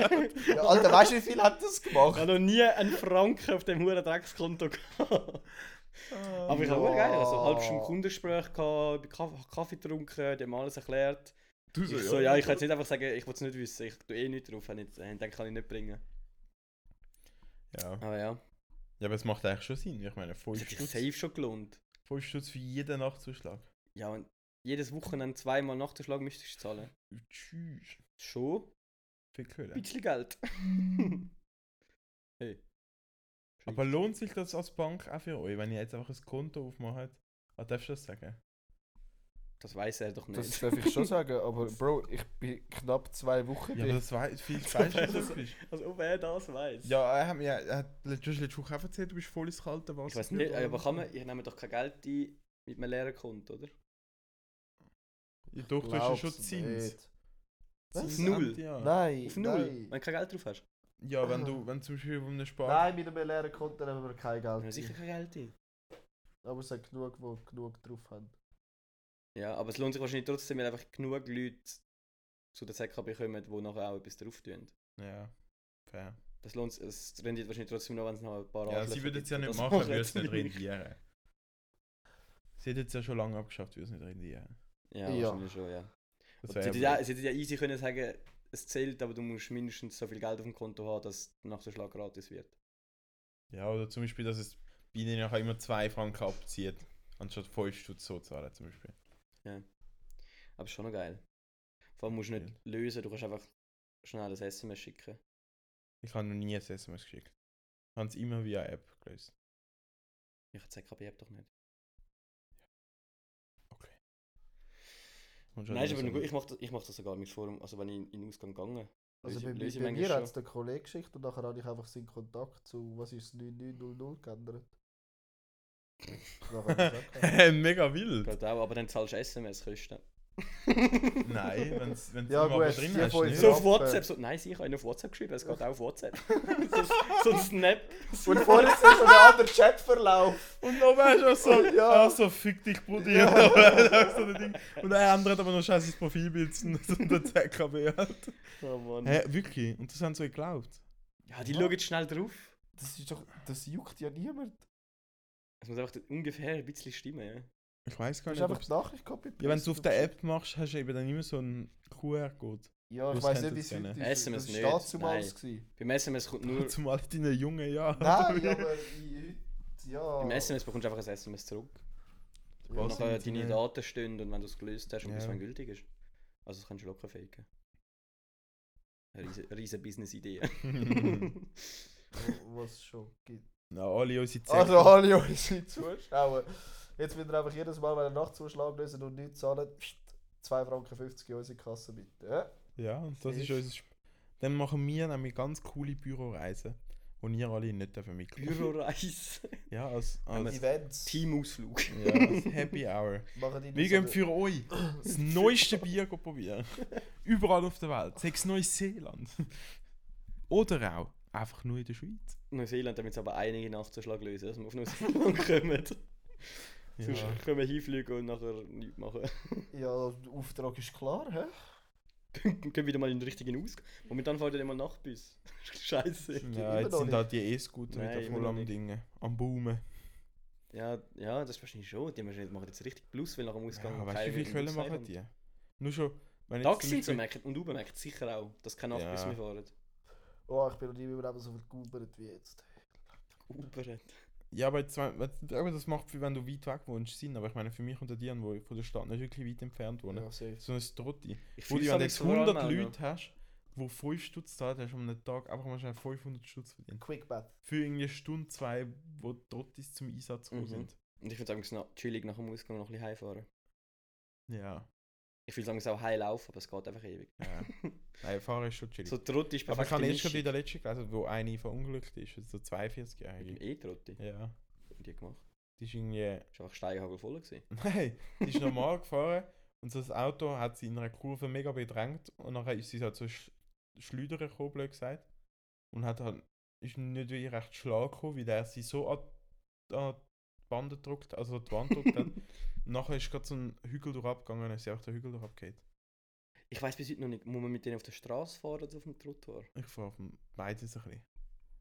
S4: Ja, Alter, weißt du, wie viel hat das
S2: Ich
S4: gemacht?
S2: habe noch nie einen Franken auf dem huren Dreckskonto gehabt.
S3: Ah,
S2: Aber ich habe auch geil, also eine halbe Stunde Kundengespräch gehabt, ich Kaffee, Kaffee getrunken, dem alles erklärt.
S3: Du
S2: Ich so, ja, ich kann jetzt nicht einfach sagen, ich will es nicht wissen, ich tue eh nichts drauf, ich denke, kann ich nicht bringen.
S3: Ja.
S2: Aber ja,
S3: ja, aber es macht eigentlich schon Sinn. Ich meine,
S2: es
S3: 5
S2: hat sich
S3: Stutz,
S2: safe schon gelohnt.
S3: fünf Stutz für jeden Nachtzuschlag.
S2: Ja, und jedes Wochenende zweimal Nachzuschlag müsstest du zahlen.
S3: Tschüss.
S2: Schon
S3: Viel Köder.
S2: ein bisschen Geld. hey.
S3: Aber lohnt sich das als Bank auch für euch, wenn ihr jetzt einfach ein Konto aufmacht? Ah, darfst du das sagen?
S2: Das weiß er doch nicht.
S4: Das darf ich schon sagen, aber Bro, ich bin knapp zwei Wochen
S3: Ja, aber das weiß viel weißt du, das ist.
S2: Als Also, ob er das weiß.
S3: Ja, er hat mir er hat letztes- letzte Woche auch erzählt, du bist voll ins kalte Wasser.
S2: Ich weiß
S3: geführt
S2: nicht, aber
S3: worden.
S2: kann man, ich nehme doch kein Geld ein mit einem leeren Konto, oder?
S3: Ja, doch, du hast ja schon Zins. Ah.
S4: Was?
S3: Zins
S2: Null?
S3: Ende, Ja,
S4: Nein,
S2: Auf null, wenn du
S4: Nein,
S2: kein Geld drauf hast.
S3: ja wenn du wenn du zum Beispiel auf einem Spar.
S4: nein mit einem leeren Konto nehmen wir kein
S2: Dann
S4: Geld.
S2: hast du sicher
S4: ein.
S2: kein Geld ein.
S4: Aber es hat genug, die genug drauf haben.
S2: Ja, aber es lohnt sich wahrscheinlich trotzdem, weil einfach genug Leute zu der ZKB kommen, die nachher auch etwas drauf tun.
S3: Ja, fair.
S2: Das lohnt sich, es rendiert wahrscheinlich trotzdem noch, wenn es noch ein paar
S3: Ja, sie
S2: Arschlöcher
S3: würde es ja
S2: gibt, die
S3: nicht
S2: das
S3: machen, würde es
S2: jetzt
S3: nicht rendieren. Sie hat jetzt ja schon lange abgeschafft, würde es nicht rendieren.
S2: Ja,
S4: Ja.
S2: wahrscheinlich schon, ja.
S3: Das
S2: Sie
S3: wäre
S2: hätten
S3: ja
S2: ja, sie hätten ja easy können sagen, es zählt, aber du musst mindestens so viel Geld auf dem Konto haben, dass nach der Schlag gratis wird.
S3: Ja, oder zum Beispiel, dass es bei ihnen nachher immer 2 Franken abzieht, anstatt 5 Stutz so zu zahlen, zum Beispiel.
S2: Aber ist schon noch geil. Vor allem musst du nicht
S3: Ja.
S2: lösen, du kannst einfach schnell ein SMS schicken.
S3: Ich habe noch nie ein SMS geschickt. Ich habe es immer via App gelöst.
S2: Ich habe ZKB-App doch nicht.
S3: Okay. Und schon
S2: Nein, ist
S3: immer
S2: aber
S3: so-
S2: nur gut. Ich mache das, ich mach das sogar mit Forum, also wenn ich in den Ausgang gegangen
S4: Also
S2: Löse-
S4: bei,
S2: löse
S4: bei,
S2: ich
S4: bei
S2: manchmal
S4: mir hat
S2: schon.
S4: es der Kollege geschickt und nachher habe ich einfach seinen Kontakt zu, was ist das, 9900 geändert. Nachher habe ich es auch
S3: Mega wild.
S2: Gerade auch, aber dann zahlst du SMS-Kosten.
S3: Nein, wenn es wenn
S4: Ja, gut,
S3: drin
S4: die
S3: hast,
S4: von
S3: nicht.
S2: So auf
S4: Rappen.
S2: WhatsApp, so, nein, sicher, ich habe auf WhatsApp geschrieben, es geht auch auf WhatsApp. so, so ein Snap.
S4: gehabt. Und vorhin ist so ein anderer Chatverlauf.
S3: Und dann weißt du auch so,
S4: Ja.
S3: ja. so fick dich, Bruder. Ja. so ein Ding. Und ein anderer hat aber noch scheißes Profilbild zu zu der ZKB hat.
S2: Oh Mann.
S3: Hä, wirklich? Und das haben sie geglaubt.
S2: Ja, die schauen jetzt schnell drauf.
S4: Das ist doch, das juckt ja niemand.
S2: Es muss einfach ungefähr ein bisschen stimmen, ja.
S3: Ich weiß
S4: Du
S3: gar
S4: hast
S3: nicht,
S4: einfach
S3: ob
S4: die Nachricht gehabt.
S3: Ja, wenn du auf der App machst, hast du eben dann immer so einen QR-Code.
S4: Ja, ich
S3: das
S4: weiß
S3: kennt
S4: nicht, wie es
S3: ihr
S4: heute
S3: nicht.
S4: ist.
S2: SMS
S4: das
S2: nicht,
S4: war damals.
S2: nein.
S4: gewesen.
S2: Beim SMS kommt nur.
S3: Zum all deinen jungen Jahren.
S4: Nein, aber in- heute, ja.
S2: Beim SMS bekommst du einfach ein SMS zurück. Wo
S3: Was
S2: nachher
S3: sind
S2: deine
S3: deine-
S2: Daten stehen und wenn du es gelöst hast und bis
S3: Ja.
S2: wann gültig ist. Also das kannst du locker faken. Eine riesen, riesen Business-Idee.
S4: Wo- Was es schon gibt.
S3: Na, alle unsere Zähne.
S4: Also alle unsere Zuschauer. Genau. Jetzt wird er einfach jedes Mal, wenn er Nachtzuschlag lösen und nichts zahlen, 2,50 Franken in unsere Kasse bitte. Ja?
S2: oh,
S3: ja, und das ist
S4: Siehst.
S3: unser. Sp dann machen wir nämlich ganz coole Büroreisen, wo ihr alle nicht dürfen mitkommen.
S2: Büroreise.
S3: Ja, als, als,
S4: Events.
S2: Teamausflug.
S3: ja, als Happy Hour.
S4: Machen die
S2: Also
S3: Wir
S4: so
S3: gehen für euch das neueste Bier go probieren. Überall auf der Welt. Sechs Neuseeland. Oder auch einfach nur in der Schweiz.
S2: Neuseeland, damit es aber einige Nachtzuschlag lösen, dass wir auf Neuseeland kommen.
S3: Ja.
S2: Sonst können wir hinfliegen und nachher nichts machen.
S4: Ja, der Auftrag ist klar, hä?
S2: Dann gehen wir wieder mal in den richtigen Ausgang. Momentan fährt ja immer Nachtbus. Scheiße.
S3: Ja,
S4: immer
S3: jetzt
S4: noch
S3: sind
S4: nicht.
S3: halt die E-Scooter
S2: Nein,
S3: wieder
S2: immer
S3: voll
S2: noch
S3: am
S2: nicht.
S3: Dingen, am Boomen.
S2: Ja, ja, das ist wahrscheinlich schon. Die müssen- machen jetzt richtig Plus, weil nach dem Ausgang.
S3: Ja, weißt
S2: keiner
S3: du, wie
S2: mehr
S3: viel Köln
S2: Bus
S3: machen
S2: reinkommt.
S3: die? Nur schon, wenn jetzt zum
S2: Taxi so
S3: Beispiel-
S2: merken und Uber merkt sicher auch, dass keine Nachtbus
S3: Ja.
S2: mehr fahren.
S4: Oh, ich bin noch nie in meinem Leben so vergubert wie jetzt.
S2: Uber. hat-
S3: Ja, aber, jetzt, wenn- wenn- aber das macht, wenn du weit weg wohnst, Sinn. Aber ich meine, für mich und die, an, die von der Stadt nicht wirklich weit entfernt wohnen,
S4: Ja, safe.
S3: so ein Trotti.
S2: Ich
S3: Wo du,
S2: fühl's
S3: wenn
S2: aber
S3: du jetzt
S2: vor allem
S3: 100
S2: auch
S3: Leute hast, die 5 Stutz zahlt, hast du am Tag einfach mal schnell 500 Stutz verdient.
S4: Quick Bath.
S3: Für irgendwie eine Stunde, zwei, wo die Trottis zum Einsatz gekommen
S2: Mhm.
S3: sind.
S2: noch. Und ich würde sagen, chillig nach dem Ausgang noch ein bisschen heimfahren.
S3: Ja.
S2: Ich will sagen, es auch heil laufen, aber es geht einfach ewig.
S3: ja. Nein, Fahren ist schon chillig.
S2: So Trotti ist
S3: aber ich
S2: perfekt.
S3: habe erst gerade in der letzten gelesen, wo eine verunglückt ist, so 42-Jährige.
S2: E-Trotti.
S3: Also Ja.
S2: eh Die gemacht.
S3: Die ist irgendwie.
S2: Ist einfach Steigerhagel voll gewesen.
S3: Nein, die ist normal gefahren und so das Auto hat sie in einer Kurve mega bedrängt und nachher ist sie halt so zu Sch Schleudern gekommen, blöd gesagt. Und hat halt, ist nicht wirklich recht Schlag gekommen, weil er sie so an, an die Bande drückt, also an die Wand drückt hat. nachher ist gerade so ein Hügel durchgegangen und ist sie auch der Hügel durchgeht.
S2: Ich weiß bis heute noch nicht, muss man mit denen auf der Straße fahren oder auf dem Trottoir?
S3: Ich fahre auf dem beides ein bisschen.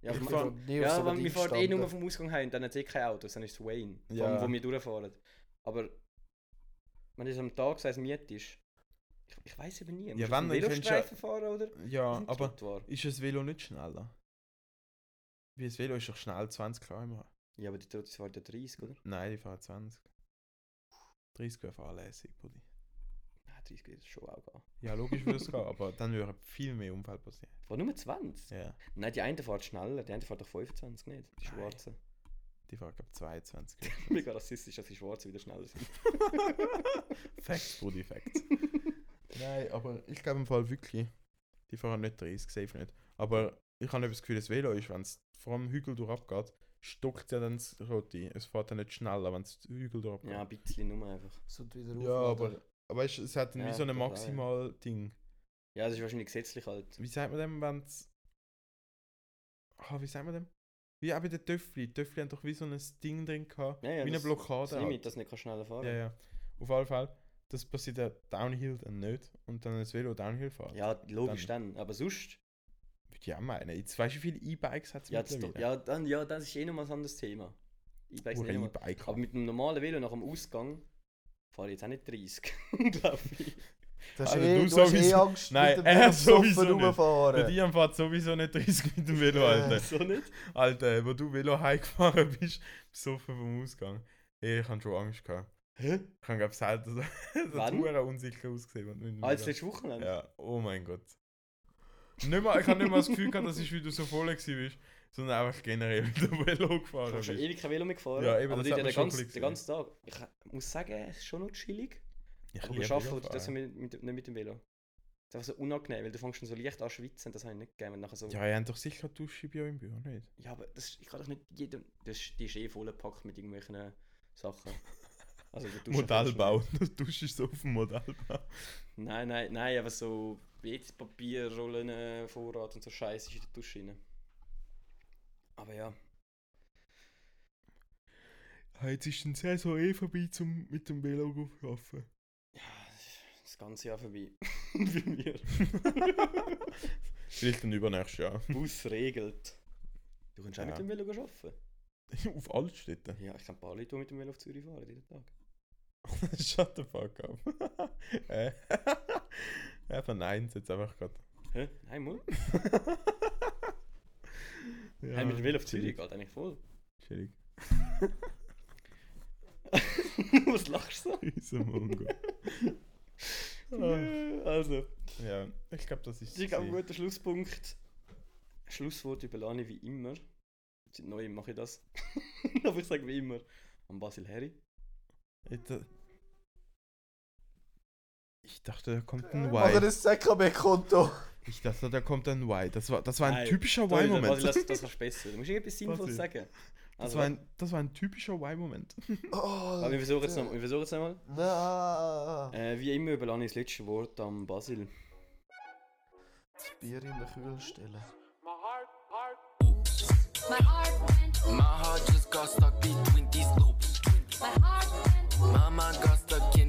S2: Ja,
S3: Ich
S2: wir-
S3: fahr-
S4: nie
S2: ja
S4: so
S2: wenn
S4: einem
S2: wir fahren eh
S4: Ding
S2: nur
S4: gestanden.
S2: vom Ausgang heim, dann hat es eh kein Autos, dann ist es Wayne,
S3: Ja.
S2: wo, wo wir durchfahren. Aber wenn es am Tag sein Mietisch, ich, ich weiß eben nie. Musst du auf
S3: wenn,
S2: dem
S3: dann könntest du ja-
S2: Velostreifen fahren oder?
S3: Ja,
S2: auf dem
S3: aber
S2: Trottoir?
S3: ist das Velo nicht schneller? Wie das Velo ist doch schnell 20 km/h.
S2: Ja, aber die Trottis fahren ja 30, oder?
S3: Nein, die fahren 20. 30 wäre fahrlässig, Buddy.
S2: Nein, 30 geht schon auch gehen.
S3: Ja, logisch würde es gehen, aber dann würde viel mehr Unfall passieren.
S2: War nur 20?
S3: Ja,
S2: Nein, die eine fährt schneller, die eine fährt doch 25, nicht? Die
S3: Nein.
S2: Schwarze.
S3: die fahren glaube 22.
S2: Mega rassistisch, dass die Schwarzen wieder schneller sind.
S3: Facts, Buddy, Facts. Nein, aber ich glaube im Fall wirklich, die fahren nicht 30, safe nicht. Aber ich habe das Gefühl, das Velo ist, wenn es vor dem Hügel durchgeht, stockt ja dann das Rote. Es fährt dann nicht schneller, wenn es den Hügel durchgeht.
S2: Ja, ein bisschen nur einfach.
S4: Sollte wieder
S3: Ja,
S4: aufladen.
S3: aber, aber es, es hat dann wie
S2: Ja,
S3: so ein
S2: das auch, ja.
S3: Maximal-Ding.
S2: Ja, das ist wahrscheinlich gesetzlich halt.
S3: Wie sagt man dem, wenn es. Ah, wie sagt man dem? Wie auch bei den Töffli. Die Töffli haben doch wie so ein Ding drin gehabt.
S2: Ja, ja,
S3: wie eine
S2: das-
S3: Blockade.
S2: Das Limit,
S3: halt.
S2: dass du nicht schneller fahren
S3: Ja, ja. Auf jeden Fall, das passiert ja Downhill dann nicht und dann das Velo Downhill fahren.
S2: Ja, logisch dann. Aber sonst,
S3: Würde ich auch meinen. Jetzt weißt du, wie viele E-Bikes hat es
S2: ja, das, ja, dann, ja, das ist eh nochmal ein anderes Thema. Ich weiß nicht. nochmal-
S3: E-Bike.
S2: Aber mit einem normalen Velo nach dem Ausgang fahre ich jetzt auch nicht 30, glaube ich.
S4: Das ist
S3: Also
S4: eh,
S3: du
S4: du, hast eh
S3: sowieso-
S4: Angst,
S3: Nein,
S4: mit dem
S3: er
S4: Velo
S3: sowieso
S4: besoffen
S3: nicht. Der
S4: rumfahren.
S3: Dian fährt sowieso nicht 30 mit dem Velo, Alter.
S2: so nicht?
S3: Alter, wo du Velo heimgefahren bist, besoffen vom Ausgang. Ey, ich habe schon Angst gehabt.
S2: Hä?
S3: Ich habe glaube selten so
S2: Wann?
S3: so verdammt unsicher ausgesehen. wenn du mit dem
S2: Ah, jetzt
S3: Velo-
S2: letztes Wochenende?
S3: Ja, oh mein Gott. Nicht mal, ich habe nicht mal das Gefühl gehabt, dass ich wieder so voll war, sondern einfach generell wieder Velo
S2: Ich
S3: gefahren
S2: habe schon
S3: bin.
S2: ewig kein Velo mehr gefahren.
S3: Ja, eben,
S2: aber
S3: das
S2: die
S3: hat
S2: hat ja den
S3: man schon
S2: ganzen,
S3: ein
S2: den ganzen Tag. Ich muss sagen, es ist schon noch chillig.
S3: Ich
S2: aber
S3: liebe
S2: ich arbeite
S3: Velofahren.
S2: das mit, mit, nicht mit dem Velo. Das ist einfach so unangenehm, weil du fängst schon so leicht an zu schwitzen. Das habe ich nicht gegeben. Und nachher so, ja.
S3: Ja, ihr habt doch sicher eine Dusche bei euch im Büro, nicht?
S2: aber das, ich kann doch nicht jedem... Das, ist- die ist eh vollgepackt mit irgendwelchen äh, Sachen. Also, du duschst
S3: Modellbau. Die Dusche ist so auf dem Modellbau.
S2: Nein, nein, nein, aber so WC-Papier, Rollen, äh, Vorrat und so Scheiße ist in der Dusche rein. Aber ja,
S3: Ah, Jetzt ist die Saison eh vorbei, zum mit dem Velo zu arbeiten.
S2: ja, das ganze Jahr vorbei. Bei mir.
S3: Vielleicht dann übernächstes Jahr.
S2: Bus regelt. Du kannst auch
S3: Ja.
S2: mit dem Velo arbeiten.
S3: auf alle Städte.
S2: Ja, ich kenne ein paar Leute, die mit dem Velo auf Zürich fahren, jeden Tag.
S3: Shut the fuck up. Äh. er verneint es jetzt einfach gerade.
S2: Hä? Nein, mal. Hey, mit dem Velo auf Zürich geht eigentlich voll.
S3: Chillig.
S2: Was lachst du?
S3: Unser Mongo.
S2: so? also,
S3: ja, ich glaube, das Ah. ist
S2: das ist glaub, ein
S3: gewesen.
S2: guter Schlusspunkt. Schlusswort überlasse ich wie immer. Seit neuem mache ich das. Aber ich sage wie immer, an Basil Harry.
S3: Jetzt, äh, Ich dachte, da kommt ein
S4: Oder
S3: Y.
S4: das ZKB-Konto.
S3: Ich dachte, da kommt ein Y. Das war, das war ein
S2: Nein,
S3: typischer
S2: Sorry, Basil,
S3: Y-Moment.
S2: das, das kannst du besser. Du musst irgendetwas Sinnvolles
S3: Basil.
S2: sagen.
S3: Das
S2: Also,
S3: war ein, das war ein typischer Y-Moment.
S4: Oh,
S2: aber wir versuchen jetzt nochmal. Wir versuchen jetzt nochmal.
S4: Nein.
S2: Äh, wie immer überlasse ich das letzte Wort am Basil.
S4: Das Bier in den Kühl stellen.
S6: My heart went,
S7: My heart just got stuck between these loops.
S6: my heart went,
S7: My mind got stuck in